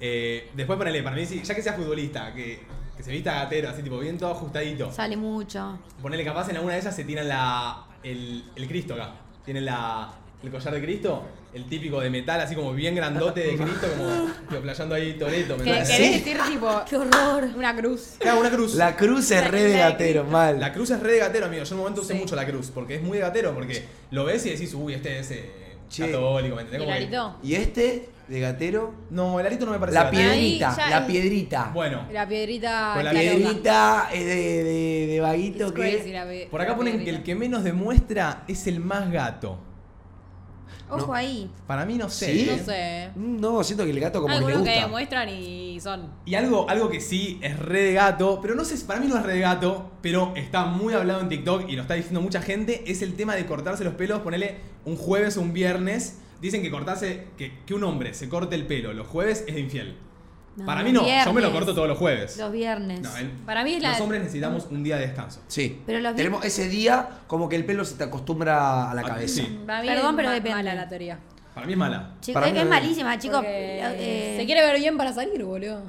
Speaker 1: Eh, después ponele, para mí, sí, ya que sea futbolista, que, que se vista gatero, así tipo bien todo ajustadito.
Speaker 4: Sale mucho.
Speaker 1: Ponele capaz en alguna de ellas se tiran la. el, el Cristo acá. Tienen la. el collar de Cristo, el típico de metal, así como bien grandote de Cristo, como tipo, playando ahí Toreto,
Speaker 3: Que
Speaker 1: ¿me
Speaker 3: querés
Speaker 1: entendés?
Speaker 2: ¿Sí?
Speaker 3: decir tipo
Speaker 4: Qué horror.
Speaker 3: una cruz.
Speaker 1: Claro, una cruz.
Speaker 2: La cruz es re de gatero, mal.
Speaker 1: La cruz es re de gatero, amigo. Yo en un momento usé
Speaker 3: Sí.
Speaker 1: mucho la cruz, porque es muy de gatero, porque lo ves y decís, uy, este es eh,
Speaker 2: Che.
Speaker 1: católico, ¿me entendés?
Speaker 3: ¿Y
Speaker 1: Como que-
Speaker 3: Larito?
Speaker 2: Y este, de gatero,
Speaker 1: No, el arito no me parece
Speaker 2: la
Speaker 1: gatero.
Speaker 2: piedrita,
Speaker 3: Ahí ya
Speaker 2: la
Speaker 3: es-
Speaker 2: piedrita.
Speaker 1: Bueno,
Speaker 3: La piedrita.
Speaker 1: Con la
Speaker 3: está loca.
Speaker 2: piedrita es de, de, de
Speaker 3: It's
Speaker 2: vaguito
Speaker 3: crazy,
Speaker 2: que...
Speaker 3: la pe-
Speaker 1: por acá
Speaker 3: la
Speaker 1: ponen que
Speaker 3: piedrita.
Speaker 1: el que menos demuestra es el más gato.
Speaker 4: Ojo
Speaker 2: No.
Speaker 4: ahí.
Speaker 1: Para mí no sé.
Speaker 2: ¿Sí?
Speaker 1: ¿eh?
Speaker 3: No sé.
Speaker 2: Mm, No, siento que el gato como que le
Speaker 3: Algunos que
Speaker 4: ¿eh?
Speaker 2: gusta.
Speaker 3: demuestran y son.
Speaker 1: Y algo, algo que sí es re de gato, pero no sé, si- para mí no es re de gato, pero está muy hablado en TikTok y lo está diciendo mucha gente, es el tema de cortarse los pelos, ponele un jueves o un viernes. Dicen que cortarse, que, que un hombre se corte el pelo los jueves es infiel.
Speaker 4: No,
Speaker 1: para
Speaker 4: los
Speaker 1: mí no, yo me
Speaker 4: viernes.
Speaker 1: lo corto todos los jueves.
Speaker 4: Los viernes.
Speaker 1: No, el-
Speaker 3: Para mí es la-
Speaker 1: Los hombres necesitamos un día de descanso.
Speaker 2: Sí.
Speaker 4: Pero los vi-
Speaker 2: Tenemos ese día como que el pelo se te acostumbra a la
Speaker 1: Ah,
Speaker 2: cabeza.
Speaker 1: sí.
Speaker 3: Para mí
Speaker 4: Perdón,
Speaker 3: es
Speaker 4: pero
Speaker 3: ma-
Speaker 4: depende.
Speaker 3: mala la teoría.
Speaker 1: Para mí es mala.
Speaker 4: Chicos,
Speaker 2: Para
Speaker 4: es
Speaker 2: mí
Speaker 4: que es
Speaker 2: no.
Speaker 4: malísima, chicos.
Speaker 3: Porque
Speaker 4: Eh,
Speaker 3: se quiere ver bien para salir, boludo.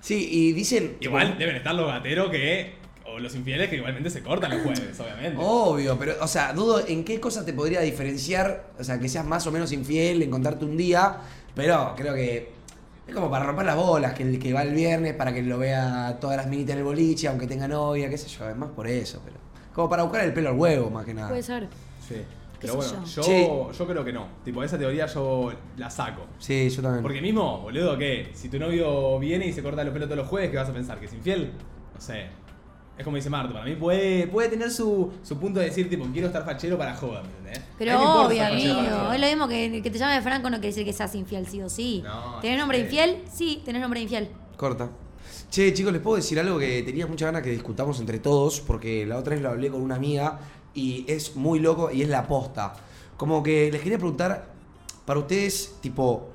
Speaker 2: Sí, y dicen...
Speaker 1: Igual deben estar los gateros que. o los infieles que igualmente se cortan los jueves, obviamente.
Speaker 2: Oh. Obvio, pero, o sea, dudo en qué cosa te podría diferenciar, o sea, que seas más o menos infiel, encontrarte un día, pero creo que es como para romper las bolas, que el que va el viernes, para que lo vea todas las minitas en el boliche, aunque tenga novia, qué sé yo, es más por eso, pero... Como para buscar el pelo al huevo, más que nada.
Speaker 4: Puede ser.
Speaker 1: Sí.
Speaker 4: ¿Qué
Speaker 1: Pero
Speaker 4: sé
Speaker 1: bueno, yo,
Speaker 4: yo?
Speaker 2: Sí.
Speaker 1: yo creo que no. Tipo, esa teoría yo la saco.
Speaker 2: Sí, yo también.
Speaker 1: Porque mismo, boludo, que si tu novio viene y se corta los pelos todos los jueves, ¿qué vas a pensar? ¿Que es infiel? No sé. Es como dice Marto, para mí puede, puede tener su, su punto de decir, tipo, quiero estar fachero para joder, ¿me entendés? A
Speaker 4: Pero
Speaker 1: mí me importa
Speaker 4: obvio,
Speaker 1: estar fachero para
Speaker 4: amigo.
Speaker 1: joda.
Speaker 4: Es lo mismo que, que te llame Franco, no quiere decir que seas infiel, sí o sí.
Speaker 1: No,
Speaker 4: ¿Tenés
Speaker 1: no
Speaker 4: nombre
Speaker 1: sé.
Speaker 4: infiel? Sí, tenés nombre infiel.
Speaker 2: Corta. Che, chicos, les puedo decir algo que tenía mucha ganas que discutamos entre todos, porque la otra vez lo hablé con una amiga y es muy loco y es la posta. Como que les quería preguntar, para ustedes, tipo,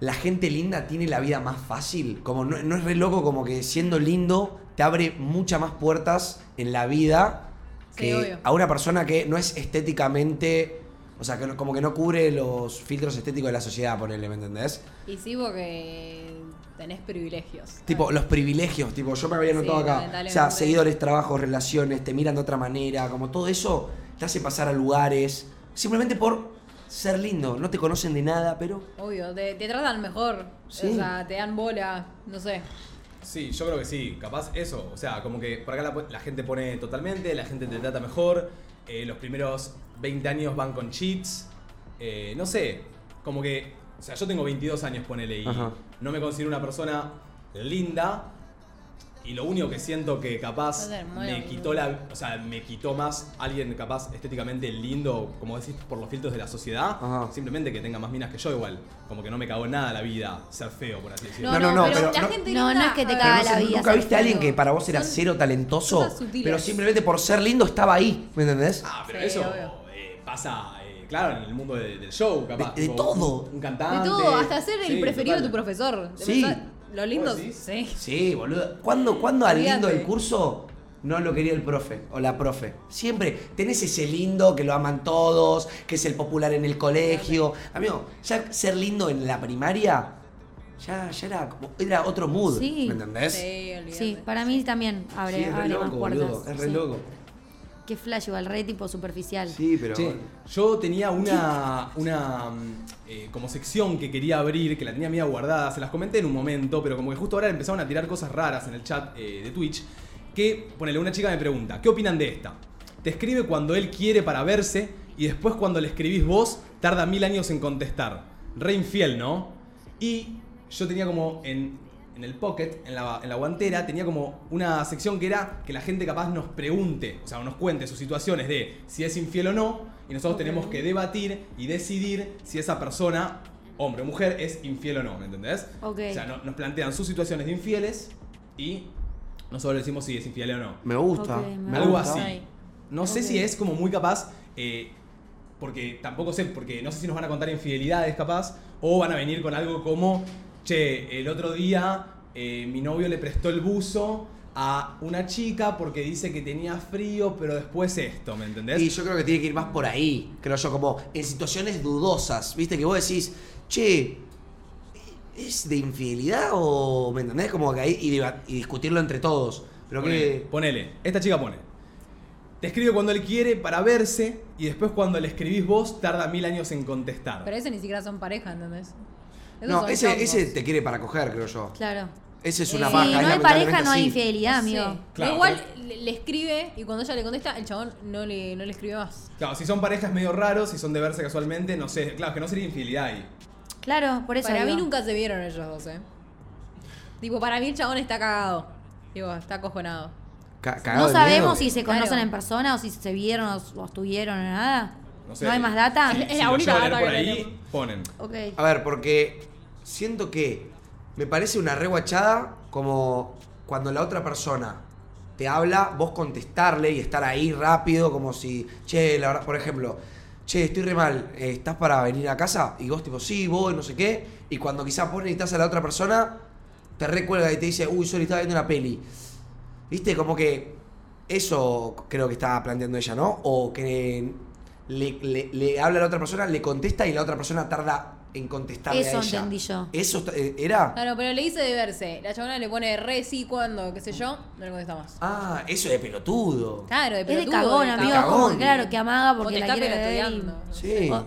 Speaker 2: ¿la gente linda tiene la vida más fácil? Como no, no es re loco, como que siendo lindo te abre muchas más puertas en la vida
Speaker 3: Sí,
Speaker 2: que
Speaker 3: obvio.
Speaker 2: a una persona que no es estéticamente, o sea, que no- como que no cubre los filtros estéticos de la sociedad, ponele, ¿me entendés?
Speaker 3: Y sí, porque tenés privilegios.
Speaker 2: Tipo, los privilegios, tipo, yo me había notado
Speaker 3: Sí,
Speaker 2: acá. O
Speaker 3: lamentablemente.
Speaker 2: sea, seguidores, trabajos, relaciones, te miran de otra manera, como todo eso te hace pasar a lugares, simplemente por ser lindo, no te conocen de nada, pero...
Speaker 3: Obvio, te, te tratan mejor.
Speaker 2: Sí.
Speaker 3: O sea, te dan bola, no sé.
Speaker 1: Sí, yo creo que sí, capaz eso. O sea, como que por acá la, la gente pone totalmente, la gente te trata mejor, eh, los primeros 20 años van con cheats, eh, no sé, como que, o sea, yo tengo 22 años, ponele, y
Speaker 2: Ajá.
Speaker 1: no me considero una persona linda. Y lo único que siento que capaz
Speaker 3: Joder, muy
Speaker 1: me
Speaker 3: boludo.
Speaker 1: quitó la. O sea, me quitó más alguien capaz estéticamente lindo, como decís, por los filtros de la sociedad.
Speaker 2: Ajá.
Speaker 1: Simplemente que tenga más minas que yo igual. Como que no me cagó en nada la vida ser feo, por así decirlo.
Speaker 2: No, no, no, pero no-
Speaker 4: No, no es que te
Speaker 3: a ver,
Speaker 4: caga
Speaker 2: pero
Speaker 4: la
Speaker 2: sé,
Speaker 4: vida,
Speaker 2: nunca
Speaker 4: ser
Speaker 2: viste a alguien
Speaker 4: feo.
Speaker 2: que para vos era
Speaker 3: Son
Speaker 2: cero talentoso,
Speaker 3: cosas sutiles.
Speaker 2: pero simplemente por ser lindo estaba ahí, ¿me entendés?
Speaker 1: Ah, pero
Speaker 3: Sí,
Speaker 1: eso
Speaker 3: obvio.
Speaker 1: eh, pasa, eh, claro, en el mundo de- del show, capaz.
Speaker 2: De- de
Speaker 1: tipo,
Speaker 2: todo.
Speaker 1: Un, un cantante.
Speaker 3: De todo, hasta ser el
Speaker 1: Sí,
Speaker 3: preferido de tu
Speaker 1: total.
Speaker 3: profesor. De
Speaker 2: Sí.
Speaker 3: verdad, Lo lindo,
Speaker 1: ¿Vos decís?
Speaker 3: sí.
Speaker 2: Sí, boludo. ¿Cuándo, cuándo al lindo
Speaker 3: Olvídate.
Speaker 2: del curso no lo quería el profe o la profe? Siempre tenés ese lindo que lo aman todos, que es el popular en el colegio. Amigo, ya ser lindo en la primaria ya, ya era como era otro mood,
Speaker 4: Sí.
Speaker 2: ¿me entendés?
Speaker 3: Sí, olvídate.
Speaker 4: Sí, para mí también abre,
Speaker 2: Sí, es re
Speaker 4: abre más
Speaker 2: loco,
Speaker 4: puertas.
Speaker 2: boludo, es re
Speaker 4: sí.
Speaker 2: loco.
Speaker 4: Qué flash igual, re tipo superficial.
Speaker 2: Sí, pero
Speaker 1: Che, yo tenía una, una mm, eh, como sección que quería abrir, que la tenía media guardada, se las comenté en un momento, pero como que justo ahora empezaron a tirar cosas raras en el chat eh, de Twitch, que, ponele, una chica me pregunta, ¿qué opinan de esta? Te escribe cuando él quiere para verse y después cuando le escribís vos tarda mil años en contestar. Re infiel, ¿no? Y yo tenía como en, en el pocket, en la, en la guantera, tenía como una sección que era que la gente capaz nos pregunte, o sea, nos cuente sus situaciones de si es infiel o no, y nosotros tenemos que debatir y decidir si esa persona, hombre o mujer, es infiel o no, ¿me entendés?
Speaker 4: Ok.
Speaker 1: O sea, no- nos plantean sus situaciones de infieles y nosotros le decimos si es infiel o no.
Speaker 2: me gusta.
Speaker 4: Ah, Ok, me
Speaker 2: me
Speaker 1: Algo
Speaker 2: gusta.
Speaker 1: así. No sé
Speaker 4: Ok.
Speaker 1: si es como muy capaz, eh, porque tampoco sé, porque no sé si nos van a contar infidelidades capaz, o van a venir con algo como, che, el otro día eh, mi novio le prestó el buzo a una chica porque dice que tenía frío, pero después esto, ¿me entendés?
Speaker 2: Y yo creo que tiene que ir más por ahí, creo yo, como en situaciones dudosas, ¿viste? Que vos decís, che, ¿es de infidelidad o me entendés? Como que ahí y, deba- y discutirlo entre todos. Pero
Speaker 1: Ponele,
Speaker 2: que.
Speaker 1: ponele. Esta chica pone. Te escribe cuando él quiere para verse y después cuando le escribís vos tarda mil años en contestar.
Speaker 3: Pero eso ni siquiera son pareja, ¿entendés? Esos
Speaker 2: No,
Speaker 3: son
Speaker 2: ese,
Speaker 3: chongos.
Speaker 2: ese te quiere para coger, creo yo.
Speaker 4: Claro.
Speaker 2: Ese es
Speaker 4: Si
Speaker 2: una
Speaker 3: Eh,
Speaker 4: no
Speaker 2: paja. es
Speaker 4: hay pareja,
Speaker 2: lamentablemente
Speaker 4: no hay
Speaker 2: así.
Speaker 4: infidelidad,
Speaker 3: Sí.
Speaker 4: Ah, amigo.
Speaker 1: Claro,
Speaker 3: Igual le, le escribe y cuando ella le contesta, el chabón no le, no le escribe más.
Speaker 1: Claro, si son parejas medio raros, si son de verse casualmente, no sé. Claro, que no sería infidelidad ahí.
Speaker 4: Claro, por eso.
Speaker 3: para
Speaker 4: digo.
Speaker 3: mí nunca se vieron ellos dos, ¿eh? Tipo, para mí el chabón está cagado. Digo, está acojonado.
Speaker 2: Ca- cagado
Speaker 4: No
Speaker 2: de
Speaker 4: sabemos si
Speaker 2: miedo.
Speaker 4: se conocen
Speaker 3: Claro.
Speaker 4: en persona o si se vieron o, o estuvieron o nada.
Speaker 1: No
Speaker 4: No,
Speaker 1: sé.
Speaker 4: hay más data.
Speaker 1: Si-
Speaker 3: Es
Speaker 1: si
Speaker 3: la
Speaker 1: lo
Speaker 3: única
Speaker 1: llego a leer
Speaker 3: data
Speaker 1: por
Speaker 3: que
Speaker 1: ahí,
Speaker 3: tenemos.
Speaker 1: ponen.
Speaker 4: Ok.
Speaker 2: A ver, porque siento que me parece una reguachada como cuando la otra persona te habla, vos contestarle y estar ahí rápido, como si, che, la verdad, por ejemplo, che, estoy re mal, eh, ¿estás para venir a casa? Y vos tipo, sí, voy, no sé qué. Y cuando quizás vos necesitas a la otra persona, te recuerda y te dice, uy, sorry, estaba viendo una peli. ¿Viste? Como que eso creo que estaba planteando ella, ¿no? O que le, le- le habla a la otra persona, le contesta y la otra persona tarda en contestarle a
Speaker 4: Eso
Speaker 2: ella.
Speaker 4: entendí yo.
Speaker 2: Eso est- eh, era.
Speaker 3: Claro, pero le dice de verse. La chabona le pone re, sí, cuando, qué sé yo, no le contesta más.
Speaker 2: Ah, eso de pelotudo.
Speaker 3: Claro, de
Speaker 4: Es de
Speaker 3: pelotudo,
Speaker 4: cagón,
Speaker 3: de
Speaker 4: amigo.
Speaker 2: cagón.
Speaker 4: es Como que, claro, que amaga
Speaker 3: Vos
Speaker 4: porque
Speaker 3: te
Speaker 4: la
Speaker 3: estás
Speaker 4: quiere ver y-
Speaker 3: pelotudeando.
Speaker 2: Sí.
Speaker 4: O-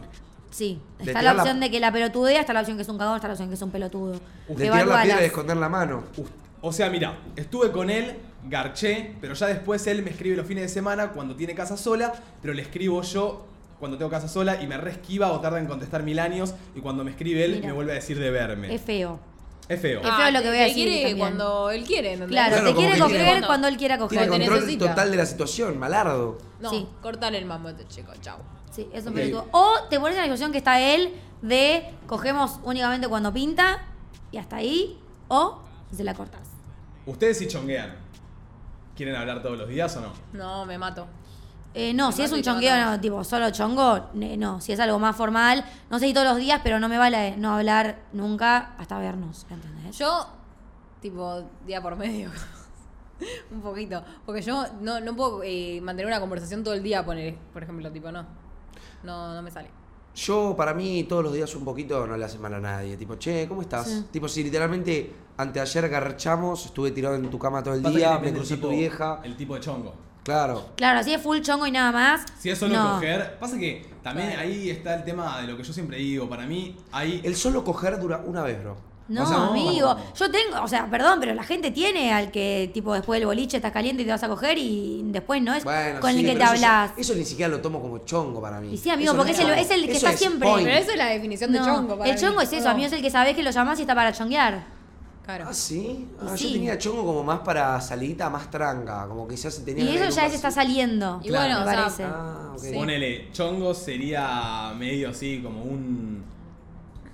Speaker 4: sí,
Speaker 2: De
Speaker 4: está la
Speaker 2: tirar la-
Speaker 4: opción de que la pelotudea, está la opción que es un cagón, está la opción que es un pelotudo.
Speaker 2: De
Speaker 4: Que
Speaker 2: tirar
Speaker 4: va
Speaker 2: la
Speaker 4: a
Speaker 2: piedra y
Speaker 4: balas.
Speaker 2: esconder la mano.
Speaker 1: Ust- O sea, mira, estuve con él, garché, pero ya después él me escribe los fines de semana cuando tiene casa sola, pero le escribo yo cuando tengo casa sola y me resquiva o tarda en contestar mil años y cuando me escribe él
Speaker 4: Mira.
Speaker 1: me vuelve a decir de verme.
Speaker 4: Es Ah. feo.
Speaker 1: Es feo.
Speaker 4: Es feo lo que voy a
Speaker 3: Ah, te
Speaker 4: decir
Speaker 3: quiere
Speaker 4: también.
Speaker 3: cuando él quiere, ¿entendés?
Speaker 4: Claro,
Speaker 2: Claro,
Speaker 4: te
Speaker 2: como
Speaker 4: quiere
Speaker 2: que tiene-
Speaker 4: coger cuando él quiera
Speaker 2: Tiene
Speaker 4: coger.
Speaker 3: te
Speaker 2: control
Speaker 3: necesita.
Speaker 2: total de la situación, malardo.
Speaker 3: No,
Speaker 4: Sí.
Speaker 3: cortale el mambo a este chico, chau.
Speaker 4: Sí, es un
Speaker 1: Ok.
Speaker 4: pelotudo. O te pones en la situación que está él de cogemos únicamente cuando pinta y hasta ahí, o se la cortas.
Speaker 1: Ustedes si chonguean, ¿quieren hablar todos los días o no?
Speaker 3: No, me mato.
Speaker 4: Eh, no, si es un chongueo, no, tipo, solo chongo, ne- no. Si es algo más formal, no sé si todos los días, pero no me vale eh, no hablar nunca hasta vernos, ¿entendés?
Speaker 3: Yo, tipo, día por medio. un poquito. Porque yo no, no puedo eh, mantener una conversación todo el día, poner, por ejemplo, tipo, no. No, no me sale.
Speaker 2: Yo, para mí, todos los días un poquito no le hace mal a nadie. Tipo, che, ¿cómo estás?
Speaker 4: Sí.
Speaker 2: Tipo, si literalmente anteayer garchamos, estuve tirado en tu cama todo el
Speaker 1: Pasa que
Speaker 2: día,
Speaker 1: depende
Speaker 2: me
Speaker 1: el
Speaker 2: crucé
Speaker 1: tipo-
Speaker 2: tu vieja.
Speaker 1: El tipo de chongo.
Speaker 2: Claro.
Speaker 4: Claro, si es full chongo y nada más.
Speaker 1: Si es solo
Speaker 4: no.
Speaker 1: coger, pasa que también ahí está el tema de lo que yo siempre digo. Para mí, ahí
Speaker 2: El solo coger dura una vez, bro.
Speaker 4: No,
Speaker 1: O sea, no.
Speaker 4: amigo. Yo tengo, o sea, perdón, pero la gente tiene al que, tipo, después del boliche estás caliente y te vas a coger y después no es
Speaker 2: Bueno,
Speaker 4: con
Speaker 2: sí,
Speaker 4: el que te
Speaker 2: pero eso-
Speaker 4: hablas.
Speaker 2: Eso, ni siquiera lo tomo como chongo para mí.
Speaker 4: Y sí, amigo,
Speaker 2: Eso
Speaker 4: porque
Speaker 2: no
Speaker 4: es el-
Speaker 2: chongo.
Speaker 4: es el que
Speaker 2: Eso
Speaker 4: está siempre.
Speaker 2: point.
Speaker 3: Pero eso es la definición
Speaker 4: No,
Speaker 3: de chongo. para
Speaker 4: el
Speaker 3: mí.
Speaker 4: chongo es eso,
Speaker 3: No.
Speaker 4: amigo, es el que sabés que lo llamás y está para chonguear.
Speaker 3: Claro.
Speaker 2: Ah, sí. Ah,
Speaker 4: Y
Speaker 2: Yo
Speaker 4: sí.
Speaker 2: tenía chongo como más para salidita más tranca. Como quizás se tenía.
Speaker 4: Y eso ya
Speaker 2: es
Speaker 4: se está saliendo.
Speaker 3: Y bueno,
Speaker 4: me
Speaker 3: o sea,
Speaker 4: parece.
Speaker 2: Ah, ok.
Speaker 3: Sí.
Speaker 1: Ponele, chongo sería medio así, como un.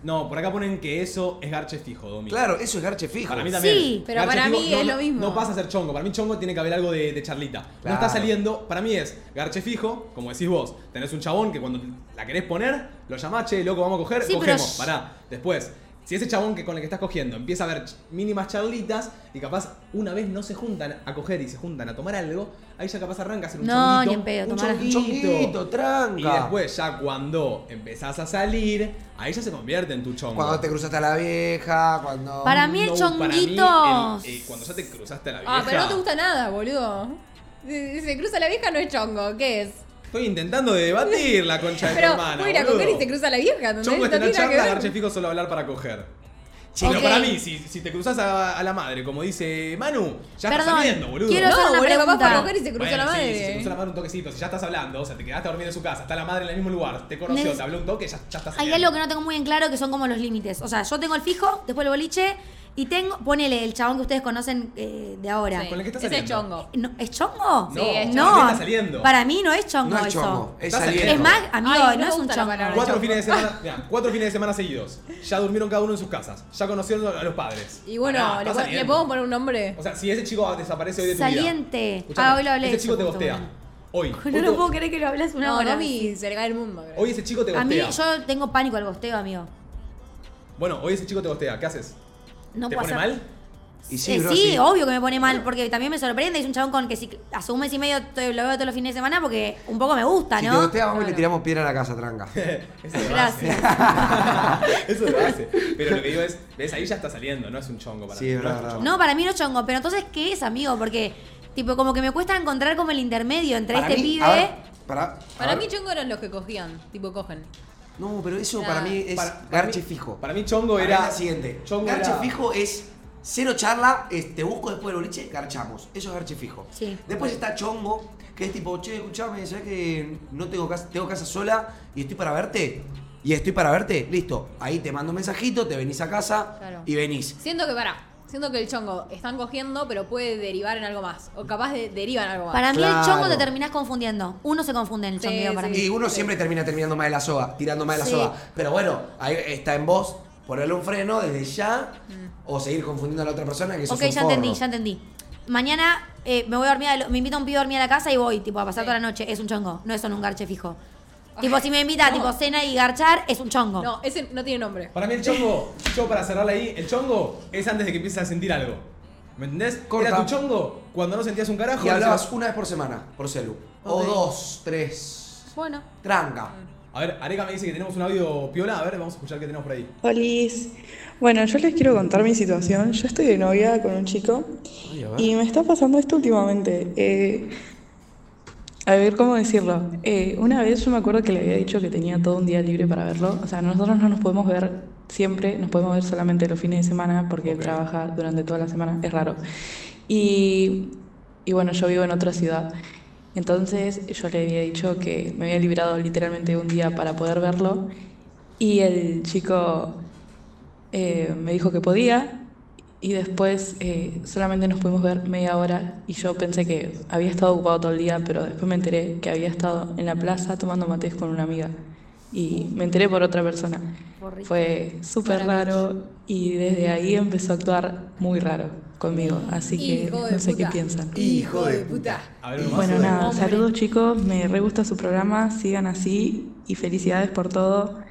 Speaker 1: No, por acá ponen que eso es garche fijo, Domi.
Speaker 2: Claro, eso es garche fijo.
Speaker 1: Para mí
Speaker 4: Sí,
Speaker 1: también.
Speaker 3: pero
Speaker 1: Garche
Speaker 3: para
Speaker 1: fijo,
Speaker 3: mí
Speaker 1: no-
Speaker 3: es
Speaker 1: no-
Speaker 3: lo mismo.
Speaker 1: No pasa a ser chongo. Para mí, chongo tiene que haber algo de, de charlita. No
Speaker 2: Claro.
Speaker 1: está saliendo. Para mí es garche fijo, como decís vos. Tenés un chabón que cuando la querés poner, lo llamás, che, loco, vamos a coger,
Speaker 4: Sí, pero
Speaker 1: cogemos.
Speaker 4: sh-
Speaker 1: Pará. Después, si ese chabón que con el que estás cogiendo empieza a ver ch- mínimas charlitas y capaz una vez no se juntan a coger y se juntan a tomar algo, ahí ya capaz arranca a hacer un
Speaker 4: No,
Speaker 1: chonguito,
Speaker 4: ni en pedo,
Speaker 1: un
Speaker 4: tomar
Speaker 2: Un Chonguito, tranca.
Speaker 1: y después, ya cuando empezás a salir, ahí ya se convierte en tu chongo.
Speaker 2: Cuando te cruzaste a la vieja, cuando.
Speaker 4: Para mí el
Speaker 1: No, para mí,
Speaker 4: chonguito.
Speaker 1: el- eh, cuando ya te cruzaste a la vieja.
Speaker 3: Ah, pero no te gusta nada, boludo. Si se cruza la vieja no es chongo, ¿qué es?
Speaker 1: Estoy intentando debatir la concha de tu
Speaker 3: Pero
Speaker 1: hermana.
Speaker 3: voy a ir a
Speaker 1: boludo.
Speaker 3: coger y se cruza la vieja, ¿entendés?
Speaker 1: Chongo
Speaker 3: No
Speaker 1: es tener
Speaker 3: tiene nada que
Speaker 1: charla,
Speaker 3: ver.
Speaker 1: garche fijo solo hablar para coger.
Speaker 4: Sí,
Speaker 1: Pero
Speaker 4: ok.
Speaker 1: para mí, si, si te cruzas a, a la madre, como dice Manu, ya estás
Speaker 4: Perdón,
Speaker 1: saliendo, boludo.
Speaker 4: quiero
Speaker 3: No,
Speaker 4: hacer una
Speaker 3: boludo, capaz
Speaker 4: pregunta.
Speaker 3: para coger y se cruza
Speaker 1: Bueno,
Speaker 3: la
Speaker 1: sí,
Speaker 3: madre.
Speaker 1: si se cruzó la madre un toquecito, si ya estás hablando, o sea, te quedaste a dormir en su casa, está la madre en el mismo lugar, te conoció,
Speaker 4: Neces-
Speaker 1: te habló un toque, ya, ya estás
Speaker 4: Hay
Speaker 1: saliendo.
Speaker 4: algo que no tengo muy en claro que son como los límites. O sea, yo tengo el fijo, después el boliche y tengo. Ponele el chabón que ustedes conocen eh, de ahora.
Speaker 3: Sí,
Speaker 1: Con la que está
Speaker 3: ese es
Speaker 1: saliendo.
Speaker 3: chongo.
Speaker 4: No, ¿Es chongo?
Speaker 1: Sí, es chongo.
Speaker 4: No,
Speaker 1: Con la que está saliendo.
Speaker 4: Para mí no es chongo
Speaker 2: No es
Speaker 4: eso.
Speaker 2: chongo, es
Speaker 1: Estás
Speaker 2: saliendo.
Speaker 1: saliendo.
Speaker 4: Es más,
Speaker 3: Ay,
Speaker 4: amigo,
Speaker 3: no
Speaker 4: no,
Speaker 3: me
Speaker 4: es un
Speaker 3: gusta la
Speaker 4: chongo.
Speaker 3: palabra
Speaker 1: Cuatro
Speaker 3: Chongo.
Speaker 1: fines de semana, mirá, cuatro fines de semana seguidos. Ya durmieron cada uno en sus casas. Ya conocieron a los padres.
Speaker 3: Y bueno,
Speaker 1: Pará,
Speaker 3: ¿le,
Speaker 1: está
Speaker 3: po- ¿le
Speaker 1: saliendo.
Speaker 3: podemos poner un nombre?
Speaker 1: O sea, si ese chico desaparece hoy de tu vida.
Speaker 4: Saliente.
Speaker 1: Escuchame,
Speaker 4: Ah, hoy lo hablé
Speaker 1: Ese
Speaker 4: eso,
Speaker 1: chico te este
Speaker 4: justo,
Speaker 1: gostea.
Speaker 4: bueno.
Speaker 1: Hoy.
Speaker 4: No
Speaker 1: Hoy
Speaker 4: lo
Speaker 1: te-
Speaker 4: puedo creer que lo hablas una
Speaker 3: No,
Speaker 4: hora.
Speaker 3: Domi se le cae el mundo. creo.
Speaker 1: Hoy ese chico te
Speaker 4: A mí
Speaker 1: gostea.
Speaker 4: yo tengo pánico al bosteo, amigo.
Speaker 1: Bueno, hoy ese chico te gostea. ¿Qué haces?
Speaker 4: No
Speaker 1: ¿Te
Speaker 4: puedo
Speaker 1: pone
Speaker 4: hacer-
Speaker 1: mal?
Speaker 2: Y
Speaker 4: Eh,
Speaker 2: bro, sí.
Speaker 4: obvio que me pone mal, porque también me sorprende. Es un chabón con que si hace un mes y medio estoy- lo veo todos los fines de semana porque un poco me gusta,
Speaker 2: Si te
Speaker 4: ¿no?
Speaker 2: gotea, vamos y le
Speaker 3: Claro.
Speaker 2: tiramos piedra a la casa, tranca.
Speaker 1: Eso lo
Speaker 4: Gracias.
Speaker 1: hace. Eso lo hace. Pero lo que digo es, ves, ahí ya está saliendo, no es un chongo para
Speaker 2: Sí,
Speaker 1: mí.
Speaker 2: es
Speaker 1: no
Speaker 2: verdad,
Speaker 1: un
Speaker 2: verdad.
Speaker 1: chongo.
Speaker 4: No, para mí no es chongo, pero entonces, ¿qué es, amigo? Porque, tipo, como que me cuesta encontrar como el intermedio entre
Speaker 2: Para
Speaker 4: este
Speaker 2: mí-
Speaker 4: pibe.
Speaker 2: a ver, para,
Speaker 3: Para
Speaker 2: a ver.
Speaker 3: mí chongo eran los que cogían, tipo cogen.
Speaker 2: No, pero eso
Speaker 3: Ah.
Speaker 2: para mí es
Speaker 1: Para- para
Speaker 2: garche
Speaker 1: mí-
Speaker 2: fijo.
Speaker 1: Para mí chongo
Speaker 2: Para
Speaker 1: era...
Speaker 2: mí es la siguiente.
Speaker 1: Chongo
Speaker 2: garche
Speaker 1: era-
Speaker 2: fijo es cero charla, es te busco después del boliche, garchamos. Eso es garche fijo.
Speaker 4: Sí.
Speaker 2: Después está chongo, que es tipo, che, escuchame, ¿sabes que no tengo casa, tengo casa sola y estoy para verte? Y estoy para verte, listo. Ahí te mando un mensajito, te venís a casa
Speaker 4: Claro.
Speaker 2: y venís.
Speaker 3: Siento que, pará, siento que el chongo están cogiendo, pero puede derivar en algo más. O capaz de, deriva en algo más.
Speaker 4: Para mí el
Speaker 2: Claro.
Speaker 4: chongo te terminás confundiendo. Uno se confunde en el
Speaker 3: Sí,
Speaker 4: chongueo para
Speaker 3: sí.
Speaker 4: mí.
Speaker 2: Y uno siempre termina terminando más de la soga, tirando más de la
Speaker 4: Sí.
Speaker 2: soga. Pero bueno, ahí está en vos ponerle un freno desde ya o seguir confundiendo a la otra persona que sos
Speaker 4: Mm. Ok,
Speaker 2: un
Speaker 4: ya entendí,
Speaker 2: forro.
Speaker 4: ya entendí. Mañana eh, me voy a dormir, a lo- me invita un pibe a dormir a la casa y voy, tipo, a pasar
Speaker 3: Sí.
Speaker 4: toda la noche. Es un chongo, no es solo un garche fijo. Tipo, si me invita, tipo, cena y garchar, es un chongo.
Speaker 3: No, ese no tiene nombre.
Speaker 1: Para mí el chongo, yo para cerrarla ahí, el chongo es antes de que empieces a sentir algo. ¿Me entendés?
Speaker 2: Corta.
Speaker 1: Era tu chongo cuando no sentías un carajo.
Speaker 2: Y hablabas
Speaker 1: decías-
Speaker 2: una vez por semana, por celu. O
Speaker 3: Ok.
Speaker 2: dos, tres.
Speaker 3: Bueno.
Speaker 2: Tranca.
Speaker 1: A ver, Areca me dice que tenemos un audio piola. A ver, vamos a escuchar qué tenemos por ahí.
Speaker 5: Olis. Bueno, yo les quiero contar mi situación. Yo estoy de novia con un chico y me está pasando esto últimamente. Eh, a ver cómo decirlo. Eh, una vez yo me acuerdo que le había dicho que tenía todo un día libre para verlo. O sea, nosotros no nos podemos ver siempre, nos podemos ver solamente los fines de semana porque él trabaja durante toda la semana. Es raro. Y, y bueno, yo vivo en otra ciudad. Entonces yo le había dicho que me había librado literalmente un día para poder verlo y el chico eh, me dijo que podía y después eh, solamente nos pudimos ver media hora y yo pensé que había estado ocupado todo el día, pero después me enteré que había estado en la plaza tomando mates con una amiga y me enteré por otra persona.
Speaker 4: Borrito.
Speaker 5: Fue súper raro y desde ahí empezó a actuar muy raro conmigo, así que
Speaker 3: Hijo de
Speaker 5: no sé qué
Speaker 3: puta.
Speaker 5: piensan.
Speaker 2: Hijo de puta.
Speaker 1: A ver, uno más.
Speaker 5: Bueno, nada,
Speaker 3: Hombre.
Speaker 5: saludos chicos, me re gusta su programa, sigan así y felicidades por todo.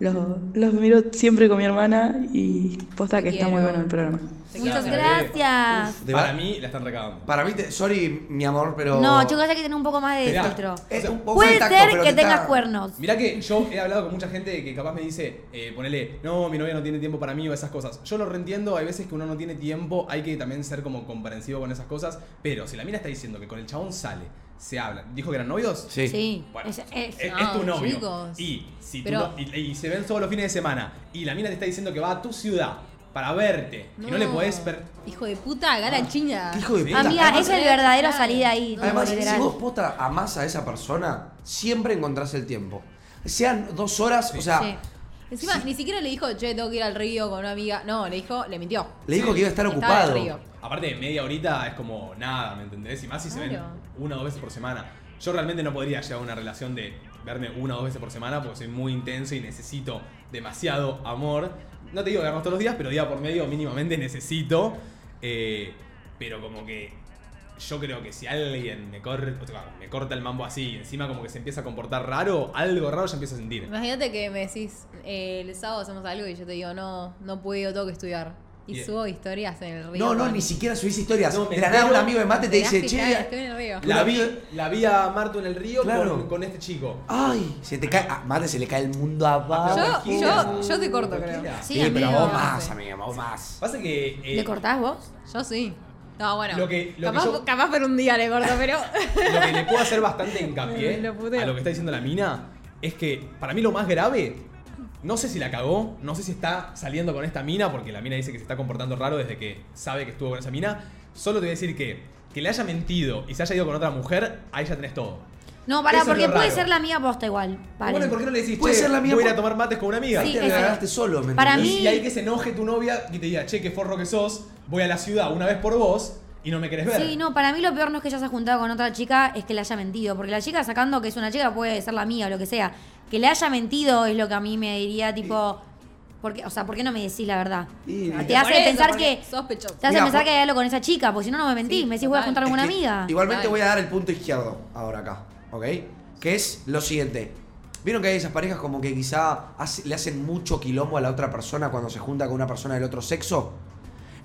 Speaker 5: Los, los miro siempre con mi hermana y posta que
Speaker 3: Te
Speaker 5: está muy
Speaker 3: quiero.
Speaker 5: bueno el programa.
Speaker 4: Muchas
Speaker 1: Areca.
Speaker 4: gracias.
Speaker 2: De
Speaker 1: Para
Speaker 2: va-
Speaker 1: mí la están recagando.
Speaker 2: Para mí, te- sorry, mi amor, pero.
Speaker 4: No, chicos, hay que tener un poco más de
Speaker 1: Esperá.
Speaker 4: filtro.
Speaker 2: Es un poco
Speaker 4: Puede
Speaker 2: de tacto,
Speaker 4: ser
Speaker 2: pero
Speaker 4: que
Speaker 2: te
Speaker 4: tengas
Speaker 2: está-
Speaker 4: cuernos.
Speaker 1: Mirá que yo he hablado con mucha gente que capaz me dice, eh, ponele, no, mi novia no tiene tiempo para mí o esas cosas. Yo lo reentiendo, hay veces que uno no tiene tiempo, hay que también ser como comprensivo con esas cosas, pero si la mina está diciendo que con el chabón sale, se habla, dijo que eran novios,
Speaker 2: Sí.
Speaker 4: Sí.
Speaker 1: Bueno,
Speaker 4: Es- es-
Speaker 1: es,
Speaker 3: no,
Speaker 1: es tu novio.
Speaker 3: chicos.
Speaker 1: Y si tu
Speaker 3: Pero-
Speaker 1: no- y, y se ven solo los fines de semana y la mina te está diciendo que va a tu ciudad para verte y no le podés ver.
Speaker 3: Hijo de puta, gala china.
Speaker 2: Ah. Hijo de
Speaker 1: Sí.
Speaker 2: puta.
Speaker 4: Amiga,
Speaker 2: además,
Speaker 4: es el verdadero
Speaker 3: Claro.
Speaker 4: salir de ahí. tipo,
Speaker 2: además,
Speaker 4: literal.
Speaker 2: si vos posta amás a esa persona, siempre encontrás el tiempo. Sean dos horas, o sea,
Speaker 4: Sí.
Speaker 3: Encima, ni siquiera le dijo, che, tengo que ir al río con una amiga. No, le dijo, le mintió.
Speaker 2: le dijo que iba a estar
Speaker 3: Estaba en el
Speaker 2: ocupado.
Speaker 3: río.
Speaker 1: Aparte de media horita es como nada, ¿me entendés? Y más si se ven
Speaker 3: Claro.
Speaker 1: una o dos veces por semana. Yo realmente no podría llevar una relación de verme una o dos veces por semana porque soy muy intenso y necesito demasiado amor. No te digo que hagamos todos los días, pero día por medio mínimamente necesito. Eh, pero como que yo creo que si alguien me, cor- o sea, me corta el mambo así y encima como que se empieza a comportar raro, algo raro ya empiezo a sentir.
Speaker 3: Imagínate que me decís, eh, el sábado hacemos algo y yo te digo, no, no puedo, tengo que estudiar. Y
Speaker 1: Bien.
Speaker 3: subo historias en el río.
Speaker 2: No, no,
Speaker 3: con-
Speaker 2: ni siquiera subís historias.
Speaker 1: No, me
Speaker 2: de la nada, un
Speaker 1: entero.
Speaker 2: amigo de mate te
Speaker 3: Verás
Speaker 2: dice,
Speaker 3: que cae, estoy
Speaker 2: che.
Speaker 3: en el río.
Speaker 1: La vi, la vi a Martu en el río
Speaker 2: Claro.
Speaker 1: con, con este chico.
Speaker 2: Ay, se te cae. A mate se le cae el mundo
Speaker 1: Ah,
Speaker 2: abajo.
Speaker 3: Yo, yo,
Speaker 1: cualquiera.
Speaker 3: yo te corto, creo.
Speaker 1: Cualquiera.
Speaker 4: Sí,
Speaker 2: Sí, pero
Speaker 4: amigo.
Speaker 2: vos más,
Speaker 3: Sí.
Speaker 2: amiga, vos más.
Speaker 1: Pasa que... eh,
Speaker 4: ¿Le cortás vos?
Speaker 3: Yo sí. No, bueno.
Speaker 1: Lo que- lo que
Speaker 3: capaz,
Speaker 1: yo-
Speaker 3: capaz por un día le corto, pero.
Speaker 1: Lo que le puedo hacer bastante hincapié
Speaker 3: Lo puteo.
Speaker 1: a lo que está diciendo la mina es que para mí lo más grave, no sé si la cagó, no sé si está saliendo con esta mina, porque la mina dice que se está comportando raro desde que sabe que estuvo con esa mina. Solo te voy a decir que que le haya mentido y se haya ido con otra mujer, ahí ya tenés todo.
Speaker 4: No, pará,
Speaker 1: Eso es
Speaker 4: porque
Speaker 1: lo
Speaker 4: puede
Speaker 1: raro.
Speaker 4: ser la amiga posta igual. Vale.
Speaker 1: Bueno, ¿y por qué no le decís,
Speaker 2: Puede
Speaker 1: che,
Speaker 2: ser la mía
Speaker 1: voy a ir a
Speaker 2: por-
Speaker 1: tomar mates con una amiga?
Speaker 4: Sí,
Speaker 2: Ahí te
Speaker 4: exacto.
Speaker 2: regalaste solo, ¿me
Speaker 4: Para
Speaker 2: entendés?
Speaker 4: mí-
Speaker 1: Y ahí que se enoje tu novia y te diga, che, qué forro que sos, voy a la ciudad una vez por vos y no me querés ver.
Speaker 4: Sí, no, para mí lo peor no es que ella se haya juntado con otra chica, es que le haya mentido. Porque la chica sacando que es una chica puede ser la mía o lo que sea. Que le haya mentido es lo que a mí me diría, tipo. Porque, o sea, ¿por qué no me decís la verdad?
Speaker 2: Y-
Speaker 4: te hace
Speaker 3: Por eso,
Speaker 4: pensar
Speaker 3: porque
Speaker 4: que.
Speaker 3: Sospechoso.
Speaker 4: Te hace
Speaker 2: Mira,
Speaker 4: pensar
Speaker 2: por-
Speaker 4: que hay algo con esa chica, porque si no, no me mentís.
Speaker 3: Sí,
Speaker 4: me decís, voy a
Speaker 3: total.
Speaker 4: juntar con
Speaker 2: Es
Speaker 4: una
Speaker 2: que
Speaker 4: amiga.
Speaker 2: Igualmente
Speaker 3: Total.
Speaker 2: voy a dar el punto izquierdo ahora acá, ¿ok? Que es lo siguiente. Vieron que hay esas parejas como que quizá hace- le hacen mucho quilombo a la otra persona cuando se junta con una persona del otro sexo.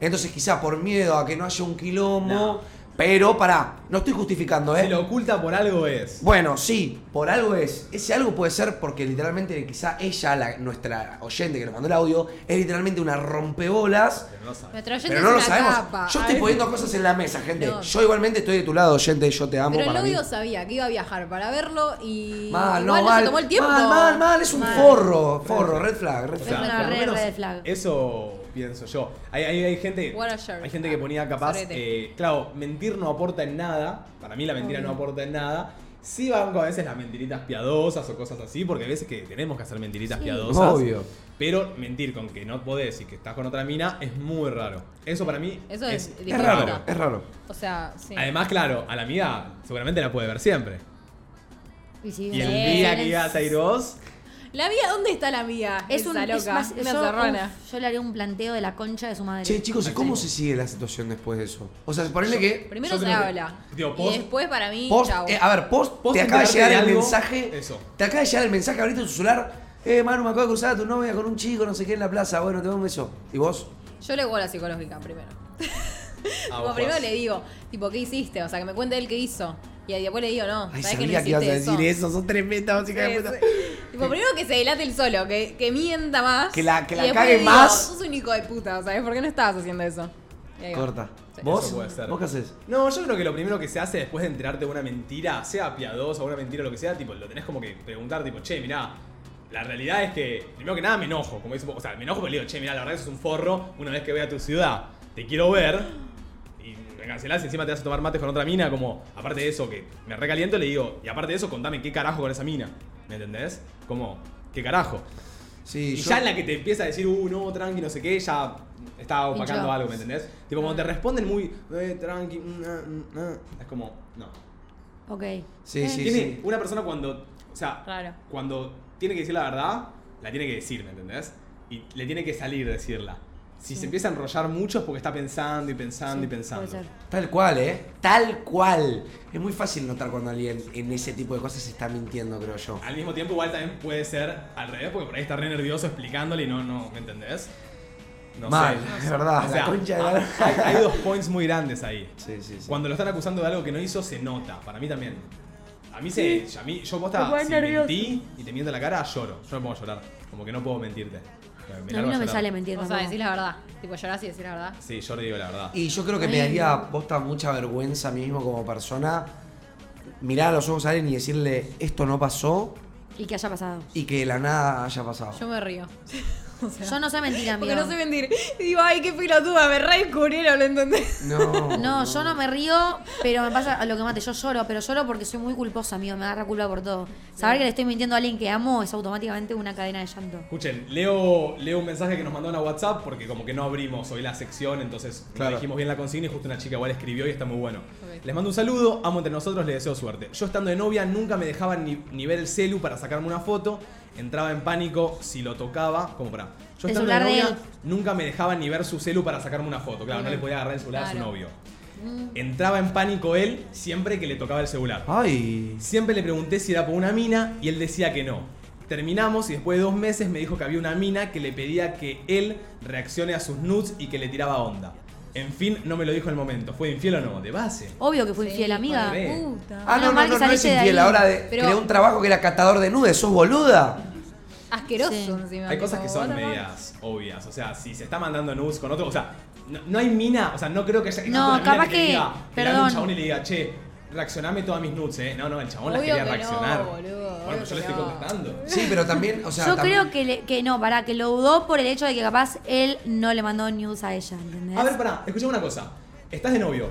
Speaker 2: Entonces, quizá por miedo a que no haya un quilombo. Pero pará, no estoy justificando, ¿eh?
Speaker 1: Si lo oculta por algo es.
Speaker 2: Bueno, sí, por algo es. Ese algo puede ser porque literalmente quizá ella, la- nuestra oyente que nos mandó el audio, es literalmente una rompebolas.
Speaker 1: Pero no sabe.
Speaker 3: Nuestro oyente
Speaker 2: Pero no
Speaker 3: es
Speaker 2: lo
Speaker 3: una
Speaker 2: sabemos.
Speaker 3: capa.
Speaker 2: Yo
Speaker 3: A
Speaker 2: estoy
Speaker 3: ver.
Speaker 2: poniendo cosas en la mesa, gente.
Speaker 3: No.
Speaker 2: Yo igualmente estoy de tu lado, oyente. Yo te amo.
Speaker 3: Pero el
Speaker 2: para mí.
Speaker 3: novio sabía que iba a viajar para verlo y.
Speaker 2: Mal,
Speaker 3: igual
Speaker 2: no, mal.
Speaker 3: se tomó el tiempo.
Speaker 2: Mal, mal, mal. Es un
Speaker 3: Mal.
Speaker 2: forro, forro, red flag, red
Speaker 1: O
Speaker 2: flag.
Speaker 1: sea,
Speaker 4: Es una
Speaker 1: por lo
Speaker 4: re
Speaker 1: menos
Speaker 4: red flag.
Speaker 1: Eso pienso yo. Hay, hay, hay gente.
Speaker 3: What a shirt.
Speaker 1: Hay gente que ponía capaz.
Speaker 3: Sorete.
Speaker 1: eh, claro, mentir no aporta en nada. Para mí la mentira no aporta en nada. Sí banco a veces las mentiritas piadosas o cosas así, porque hay veces que tenemos que hacer mentiritas piadosas.
Speaker 2: Obvio.
Speaker 1: Pero mentir con que no podés y que estás con otra mina es muy raro. Eso para mí
Speaker 3: Eso es
Speaker 1: es,
Speaker 2: Es
Speaker 3: diferente.
Speaker 2: raro, es raro.
Speaker 3: O sea, sí.
Speaker 1: Además, claro, a la amiga seguramente la puede ver siempre.
Speaker 4: Y sí,
Speaker 1: Y el
Speaker 4: sí.
Speaker 1: día que ibas a ir vos,
Speaker 3: La mía, ¿dónde está la mía?
Speaker 4: Es un
Speaker 3: Esa
Speaker 4: es
Speaker 3: loca.
Speaker 4: más-
Speaker 3: una
Speaker 4: yo,
Speaker 3: zorrona.
Speaker 4: uf, yo le haría un planteo de la concha de su madre.
Speaker 2: Che, chicos, ¿y cómo se sigue la situación después de eso? O sea, ponerle que.
Speaker 3: Primero
Speaker 1: Yo
Speaker 3: se
Speaker 1: creo que-
Speaker 3: habla.
Speaker 1: digo,
Speaker 3: y
Speaker 1: post-
Speaker 3: después para mí,
Speaker 2: Post-
Speaker 3: chau.
Speaker 2: eh, a ver, post,
Speaker 1: Post
Speaker 2: te acaba de llegar el
Speaker 1: enterarte de algo,
Speaker 2: mensaje.
Speaker 1: eso.
Speaker 2: Te acaba de llegar el mensaje ahorita en tu celular. Eh, Manu, me acabo de cruzar a tu novia con un chico, no sé qué, en la plaza. Bueno, te mando un beso. ¿Y vos?
Speaker 3: Yo le digo a la psicológica primero.
Speaker 1: Ah,
Speaker 3: Como
Speaker 1: vos
Speaker 3: primero
Speaker 1: jugás.
Speaker 3: le digo, tipo, ¿qué hiciste? O sea, que me cuente él qué hizo. Y ahí después le digo, no,
Speaker 2: Ay,
Speaker 3: sabés que no
Speaker 2: sabía que, ibas a
Speaker 3: hiciste
Speaker 2: decir eso. Sos tremenda, música de puta.
Speaker 3: Sí, sí. Tipo, primero que se delate el solo, que, que mienta más.
Speaker 2: Que la- que la
Speaker 3: y después
Speaker 2: cague
Speaker 3: le digo,
Speaker 2: más.
Speaker 3: Sos un hijo de puta, ¿sabes? ¿Por qué no estabas haciendo eso? Y ahí va.
Speaker 2: Corta.
Speaker 3: Sí.
Speaker 2: ¿Vos?
Speaker 1: Eso puede ser.
Speaker 2: ¿Vos qué haces?
Speaker 1: No, yo creo que lo primero que se hace después de enterarte de una mentira, sea piadosa o una mentira o lo que sea, tipo, lo tenés como que preguntar, tipo, che, mirá, la realidad es que, primero que nada, me enojo. Como dice, o sea, me enojo porque le digo, che, mirá, la verdad que sos un forro, una vez que voy a tu ciudad, te quiero ver, y me cancelás, y encima te vas a tomar mates con otra mina, como, aparte de eso, que me recaliento, le digo, y aparte de eso, contame qué carajo con esa mina, ¿me entendés? Como, qué carajo.
Speaker 2: Sí,
Speaker 1: Y
Speaker 2: yo-
Speaker 1: ya en la que te empieza a decir, uh, no, tranqui, no sé qué, ya está opacando
Speaker 4: Pinchó.
Speaker 1: algo, ¿me entendés? Tipo, cuando te responden muy, eh, tranqui, mm, ah, mm, ah, es como, no.
Speaker 4: Ok. Eh,
Speaker 2: Sí, sí,
Speaker 1: tiene
Speaker 2: sí.
Speaker 1: una persona cuando, o sea,
Speaker 3: Claro.
Speaker 1: cuando tiene que decir la verdad, la tiene que decir, ¿me entendés? Y le tiene que salir decirla. Si se empieza a enrollar mucho es porque está pensando y pensando y pensando.
Speaker 4: puede ser.
Speaker 2: Tal cual, ¿eh? Tal cual. Es muy fácil notar cuando alguien en ese tipo de cosas está mintiendo, creo yo.
Speaker 1: Al mismo tiempo, igual también puede ser al revés, porque por ahí está re nervioso explicándole y no, no, ¿me entendés? No
Speaker 2: Mal,
Speaker 1: sé.
Speaker 2: es verdad.
Speaker 1: O
Speaker 2: Ah, la
Speaker 1: sea, ah,
Speaker 2: concha de la-
Speaker 1: hay, hay dos points muy grandes ahí.
Speaker 2: Sí, sí, sí.
Speaker 1: Cuando lo están acusando de algo que no hizo, se nota. Para mí también. A mí se. A mí, yo posta, si mentí y te miento en la cara, lloro. Yo no puedo llorar. Como que no puedo mentirte. Me
Speaker 4: No, a
Speaker 1: largo
Speaker 4: mí
Speaker 1: a
Speaker 4: no me
Speaker 1: llorar.
Speaker 4: sale mentir.
Speaker 3: O sea,
Speaker 4: tampoco.
Speaker 3: decir la verdad. Tipo, llorás y decir la verdad.
Speaker 1: Sí, yo le digo la verdad.
Speaker 2: Y yo creo que me daría posta mucha vergüenza a mí mismo como persona mirar a los ojos a alguien y decirle esto no pasó
Speaker 4: Y que haya pasado.
Speaker 2: y que de la nada haya pasado.
Speaker 3: Yo me río. O sea,
Speaker 4: Yo no sé mentir, amigo.
Speaker 3: porque no sé mentir. Y digo, ay, qué pelotuda, me re descubrieron, ¿lo entendés?
Speaker 2: No,
Speaker 4: No, yo no me río, pero me pasa a lo que mate, yo lloro, pero lloro porque soy muy culposa, amigo, me agarra culpa por todo. Saber que le estoy mintiendo a alguien que amo es automáticamente una cadena de llanto.
Speaker 1: Escuchen, leo, leo un mensaje que nos mandó a WhatsApp porque como que no abrimos hoy la sección, entonces
Speaker 2: Claro.
Speaker 1: no dijimos bien la consigna y justo una chica igual escribió y está muy bueno. Les mando un saludo, amo entre nosotros, les deseo suerte. Yo estando de novia nunca me dejaban ni, ni ver el celu para sacarme una foto, entraba en pánico si lo tocaba, como para... Yo
Speaker 4: El
Speaker 1: estando de
Speaker 4: celular de
Speaker 1: novia
Speaker 4: él.
Speaker 1: nunca me dejaban ni ver su celu para sacarme una foto, claro, no le podía agarrar el celular a su
Speaker 3: Claro.
Speaker 1: novio.
Speaker 4: Mm.
Speaker 1: Entraba en pánico él siempre que le tocaba el celular.
Speaker 2: Ay.
Speaker 1: Siempre le pregunté si era por una mina y él decía que no. Terminamos y después de dos meses me dijo que había una mina que le pedía que él reaccione a sus nudes y que le tiraba onda. En fin, no me lo dijo en el momento. ¿Fue infiel o no? De base.
Speaker 4: Obvio que fui
Speaker 3: Sí,
Speaker 4: infiel, amiga.
Speaker 1: joder.
Speaker 3: Puta.
Speaker 2: Ah, no, no,
Speaker 4: Menos mal
Speaker 2: no,
Speaker 4: que
Speaker 2: no es
Speaker 4: saliste de
Speaker 2: infiel.
Speaker 4: ahí.
Speaker 2: Ahora de,
Speaker 3: Pero-
Speaker 2: creó un trabajo que era catador de nudes. ¿Sos boluda?
Speaker 3: Asqueroso
Speaker 4: Sí.
Speaker 3: encima.
Speaker 1: Hay cosas que
Speaker 3: tipo,
Speaker 1: son
Speaker 3: what the fuck.
Speaker 1: medias obvias. O sea, si se está mandando nudes con otro. O sea, no, no hay mina. O sea, no creo que haya.
Speaker 4: No,
Speaker 1: una mina
Speaker 4: capaz
Speaker 1: le
Speaker 4: que-
Speaker 1: diga- que le hable
Speaker 4: perdón.
Speaker 1: un chabón y le diga, che, reaccioname todas mis nudes, eh. No, no, el chabón las
Speaker 3: Obvio
Speaker 1: quería
Speaker 3: que no,
Speaker 1: reaccionar.
Speaker 3: boludo,
Speaker 1: bueno,
Speaker 3: obvio
Speaker 1: yo
Speaker 3: que
Speaker 1: le estoy
Speaker 3: no.
Speaker 1: contestando.
Speaker 2: Sí, pero también, o sea,
Speaker 4: Yo
Speaker 2: también-
Speaker 4: creo que, le- que no, pará, que lo dudó por el hecho de que capaz él no le mandó news a ella, ¿entendés?
Speaker 1: A ver, pará, escuchame una cosa. Estás de novio.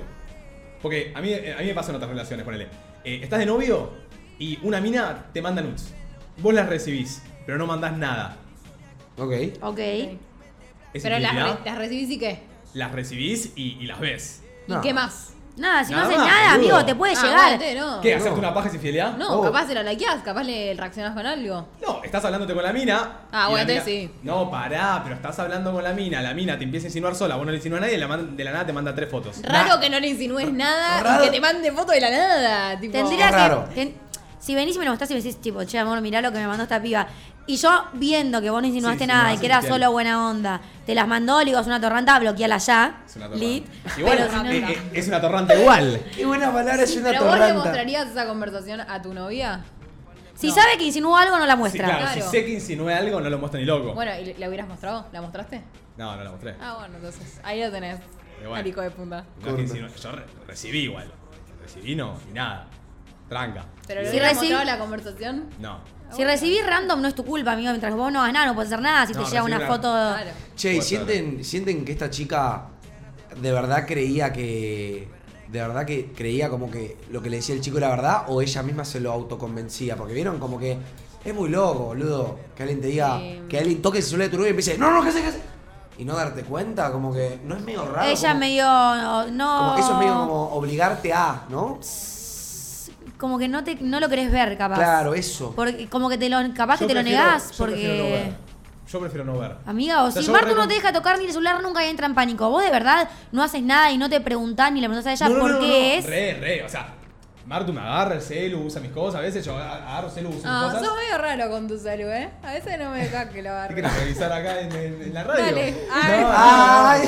Speaker 1: Porque a mí, eh, a mí me pasan otras relaciones, ponele. Eh, estás de novio y una mina te manda nudes. Vos las recibís, pero no mandás nada.
Speaker 2: Ok.
Speaker 4: Ok.
Speaker 1: ¿Es
Speaker 3: Pero las,
Speaker 1: infidelidad?
Speaker 3: re- las recibís y qué?
Speaker 1: Las recibís y, y las ves.
Speaker 3: ¿Y
Speaker 2: No.
Speaker 3: qué más?
Speaker 4: Nada, si
Speaker 1: Nada
Speaker 4: no haces
Speaker 1: más,
Speaker 4: nada,
Speaker 1: boludo.
Speaker 4: amigo, te puede
Speaker 3: Ah,
Speaker 4: llegar.
Speaker 3: aguante, no.
Speaker 1: ¿Qué? ¿Hacerte una paja es infidelidad?
Speaker 3: No,
Speaker 2: Oh.
Speaker 3: capaz se la likeás, capaz le reaccionás con algo.
Speaker 1: No, estás hablándote con la mina.
Speaker 3: Ah,
Speaker 1: y la
Speaker 3: bueno,
Speaker 1: mina-
Speaker 3: entonces sí.
Speaker 1: No, pará, pero estás hablando con la mina. La mina te empieza a insinuar sola, vos no le insinúas a nadie y la man- de la nada te manda tres fotos.
Speaker 3: Raro
Speaker 2: Nah.
Speaker 3: que no le insinúes nada
Speaker 2: Raro.
Speaker 3: y que te mande foto de la nada. Tipo,
Speaker 4: Tendría
Speaker 2: Raro.
Speaker 4: que. ten- si venís y me lo mostrás y me decís, tipo, che, amor, mirá lo que me mandó esta piba. Y yo viendo que vos no insinuaste
Speaker 1: Sí, sí,
Speaker 4: nada
Speaker 1: no,
Speaker 4: y que era
Speaker 1: entiendo.
Speaker 4: solo buena onda, te las mandó, le digo, es una torranta, bloqueala ya.
Speaker 1: Es una
Speaker 4: Lit.
Speaker 1: torranta. Igual,
Speaker 4: Pero si no,
Speaker 1: eh,
Speaker 3: no.
Speaker 1: eh, es una torranta igual.
Speaker 2: Qué buena palabra, es una
Speaker 3: ¿Pero vos le
Speaker 2: torranta.
Speaker 3: mostrarías esa conversación a tu novia?
Speaker 4: Si
Speaker 3: No.
Speaker 4: sabe que insinuó algo, no la
Speaker 1: Sí,
Speaker 4: muestra.
Speaker 1: claro,
Speaker 3: Claro.
Speaker 1: si sé que insinué algo, no lo muestro ni loco.
Speaker 3: Bueno, ¿y la hubieras mostrado? ¿La mostraste?
Speaker 1: No, no lo mostré.
Speaker 3: Ah, bueno, entonces. Ahí lo tenés.
Speaker 1: Y bueno.
Speaker 3: Marico de punta.
Speaker 1: No es que insinué, yo re- recibí igual. Recibí no, y nada. Tranca.
Speaker 3: Pero
Speaker 4: Si
Speaker 3: le hubieras
Speaker 4: recib-
Speaker 3: mostrado la conversación.
Speaker 1: No.
Speaker 4: Si recibís random, no es tu culpa, amigo. Mientras vos no hagas nada, no puedes hacer nada. Si
Speaker 1: No,
Speaker 4: te llega una
Speaker 1: recibí
Speaker 4: foto.
Speaker 3: Claro.
Speaker 2: Che, ¿y
Speaker 1: Puede
Speaker 2: sienten, sienten que esta chica de verdad creía que. De verdad que creía como que lo que le decía el chico era verdad o ella misma se lo autoconvencía? Porque vieron como que. Es muy loco, boludo. Que alguien te diga.
Speaker 3: Sí.
Speaker 2: Que alguien toque el celular de tu novia y empiece. No, no, ¿qué haces? ¿Qué haces?". Y no darte cuenta, como que. No es medio raro.
Speaker 4: Ella
Speaker 2: como,
Speaker 4: medio. No.
Speaker 2: como que eso es medio como obligarte a, ¿no?
Speaker 4: como que no, te, no lo querés ver, capaz.
Speaker 2: Claro, eso.
Speaker 4: Porque, como que te lo,
Speaker 1: Yo
Speaker 4: capaz que te lo
Speaker 1: prefiero-
Speaker 4: negás,
Speaker 1: yo prefiero no
Speaker 4: porque.
Speaker 1: ver. Yo prefiero no ver.
Speaker 4: Amiga, o
Speaker 1: sea,
Speaker 4: si
Speaker 1: yo
Speaker 4: Martu
Speaker 1: recom-
Speaker 4: no te deja tocar ni el celular nunca y entra en pánico. Vos de verdad no haces nada y no te preguntás ni le preguntás a ella
Speaker 1: No, no,
Speaker 4: por
Speaker 1: no,
Speaker 4: qué
Speaker 1: no,
Speaker 4: es.
Speaker 1: Re, re, o sea, Martu me agarra el celu, usa mis cosas, a veces yo aga- agarro el celu, uso mis
Speaker 3: Ah,
Speaker 1: cosas.
Speaker 3: sos medio raro con tu salud, ¿eh? A veces no me dejas que lo
Speaker 1: ¿Qué
Speaker 3: agarre.
Speaker 1: querés revisar acá en, en- en la radio?
Speaker 3: Dale. Ay.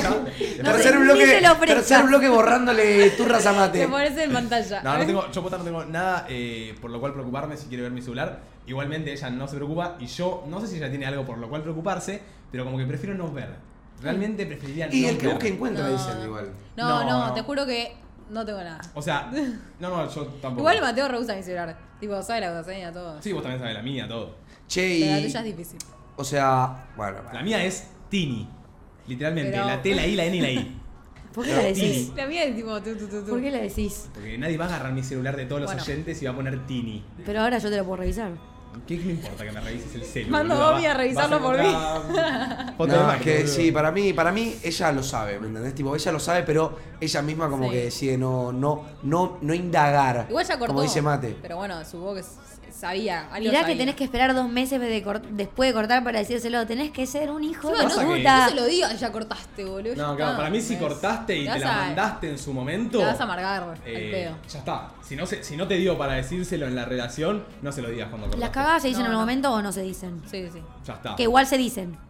Speaker 2: Ay.
Speaker 1: No, no, no,
Speaker 4: No
Speaker 1: no,
Speaker 4: sé.
Speaker 2: tercer,
Speaker 4: ni
Speaker 2: bloque,
Speaker 4: se lo ofrezcas.
Speaker 2: tercer bloque borrándole turras a mate.
Speaker 3: Te pones en pantalla.
Speaker 1: No, no tengo, yo posta, no tengo nada eh, por lo cual preocuparme si quiere ver mi celular. Igualmente ella no se preocupa y yo no sé si ella tiene algo por lo cual preocuparse, pero como que prefiero no ver. Realmente preferiría
Speaker 2: Y
Speaker 1: no
Speaker 2: el que
Speaker 1: ver.
Speaker 2: busca encuentra,
Speaker 3: No,
Speaker 2: dicen igual.
Speaker 3: No,
Speaker 1: No,
Speaker 3: no,
Speaker 1: no.
Speaker 3: te juro que no tengo nada.
Speaker 1: O sea, no, no, yo tampoco.
Speaker 3: Igual Mateo rehúsa mi celular. Tipo, sabe la contraseña, todo.
Speaker 1: Sí, vos también sabes la mía, todo.
Speaker 2: Che,
Speaker 3: Pero la
Speaker 2: y.
Speaker 3: tuya es difícil.
Speaker 2: O sea, bueno.
Speaker 1: La mía es Tini. Literalmente,
Speaker 3: Pero-
Speaker 1: la T, la I, la N y la I.
Speaker 4: ¿Por qué la decís?
Speaker 3: La mía es tipo, tú, tú, tú, tú.
Speaker 4: ¿Por qué la decís?
Speaker 1: Porque nadie va a agarrar mi celular de todos los
Speaker 3: Bueno.
Speaker 1: oyentes y va a poner Tini.
Speaker 4: Pero ahora yo te lo puedo revisar.
Speaker 1: ¿Qué me importa que me revises el celular?
Speaker 3: Mando a Domi a revisarlo por mí.
Speaker 2: No, es que sí, para mí, para mí ella lo sabe, ¿me entendés? Tipo, ella lo sabe, pero ella misma como
Speaker 3: Sí.
Speaker 2: que decide no, no, no, no indagar.
Speaker 3: Igual ya cortó.
Speaker 2: Como dice Mate.
Speaker 3: Pero bueno, supongo que s- sabía. algo
Speaker 4: Mirá que
Speaker 3: sabía.
Speaker 4: tenés que esperar dos meses de cort- después de cortar para decírselo. Tenés que ser un hijo
Speaker 3: Encima
Speaker 4: de
Speaker 3: no,
Speaker 1: Pasa que-
Speaker 4: puta.
Speaker 3: no se lo diga, ya cortaste, boludo. ya
Speaker 1: No, claro,
Speaker 3: está,
Speaker 1: para mí si
Speaker 3: ¿entendés?
Speaker 1: cortaste y te
Speaker 3: vas
Speaker 1: la
Speaker 3: a-
Speaker 1: mandaste en su momento.
Speaker 3: Te vas a amargar
Speaker 1: eh,
Speaker 3: al pedo.
Speaker 1: ya está. Si no, se- si no te dio para decírselo en la relación, no se lo digas cuando cortaste.
Speaker 4: Las cagadas se dicen
Speaker 3: No,
Speaker 4: en el
Speaker 3: no.
Speaker 4: momento o no se dicen.
Speaker 3: Sí, sí.
Speaker 1: Ya está.
Speaker 4: Que igual se dicen.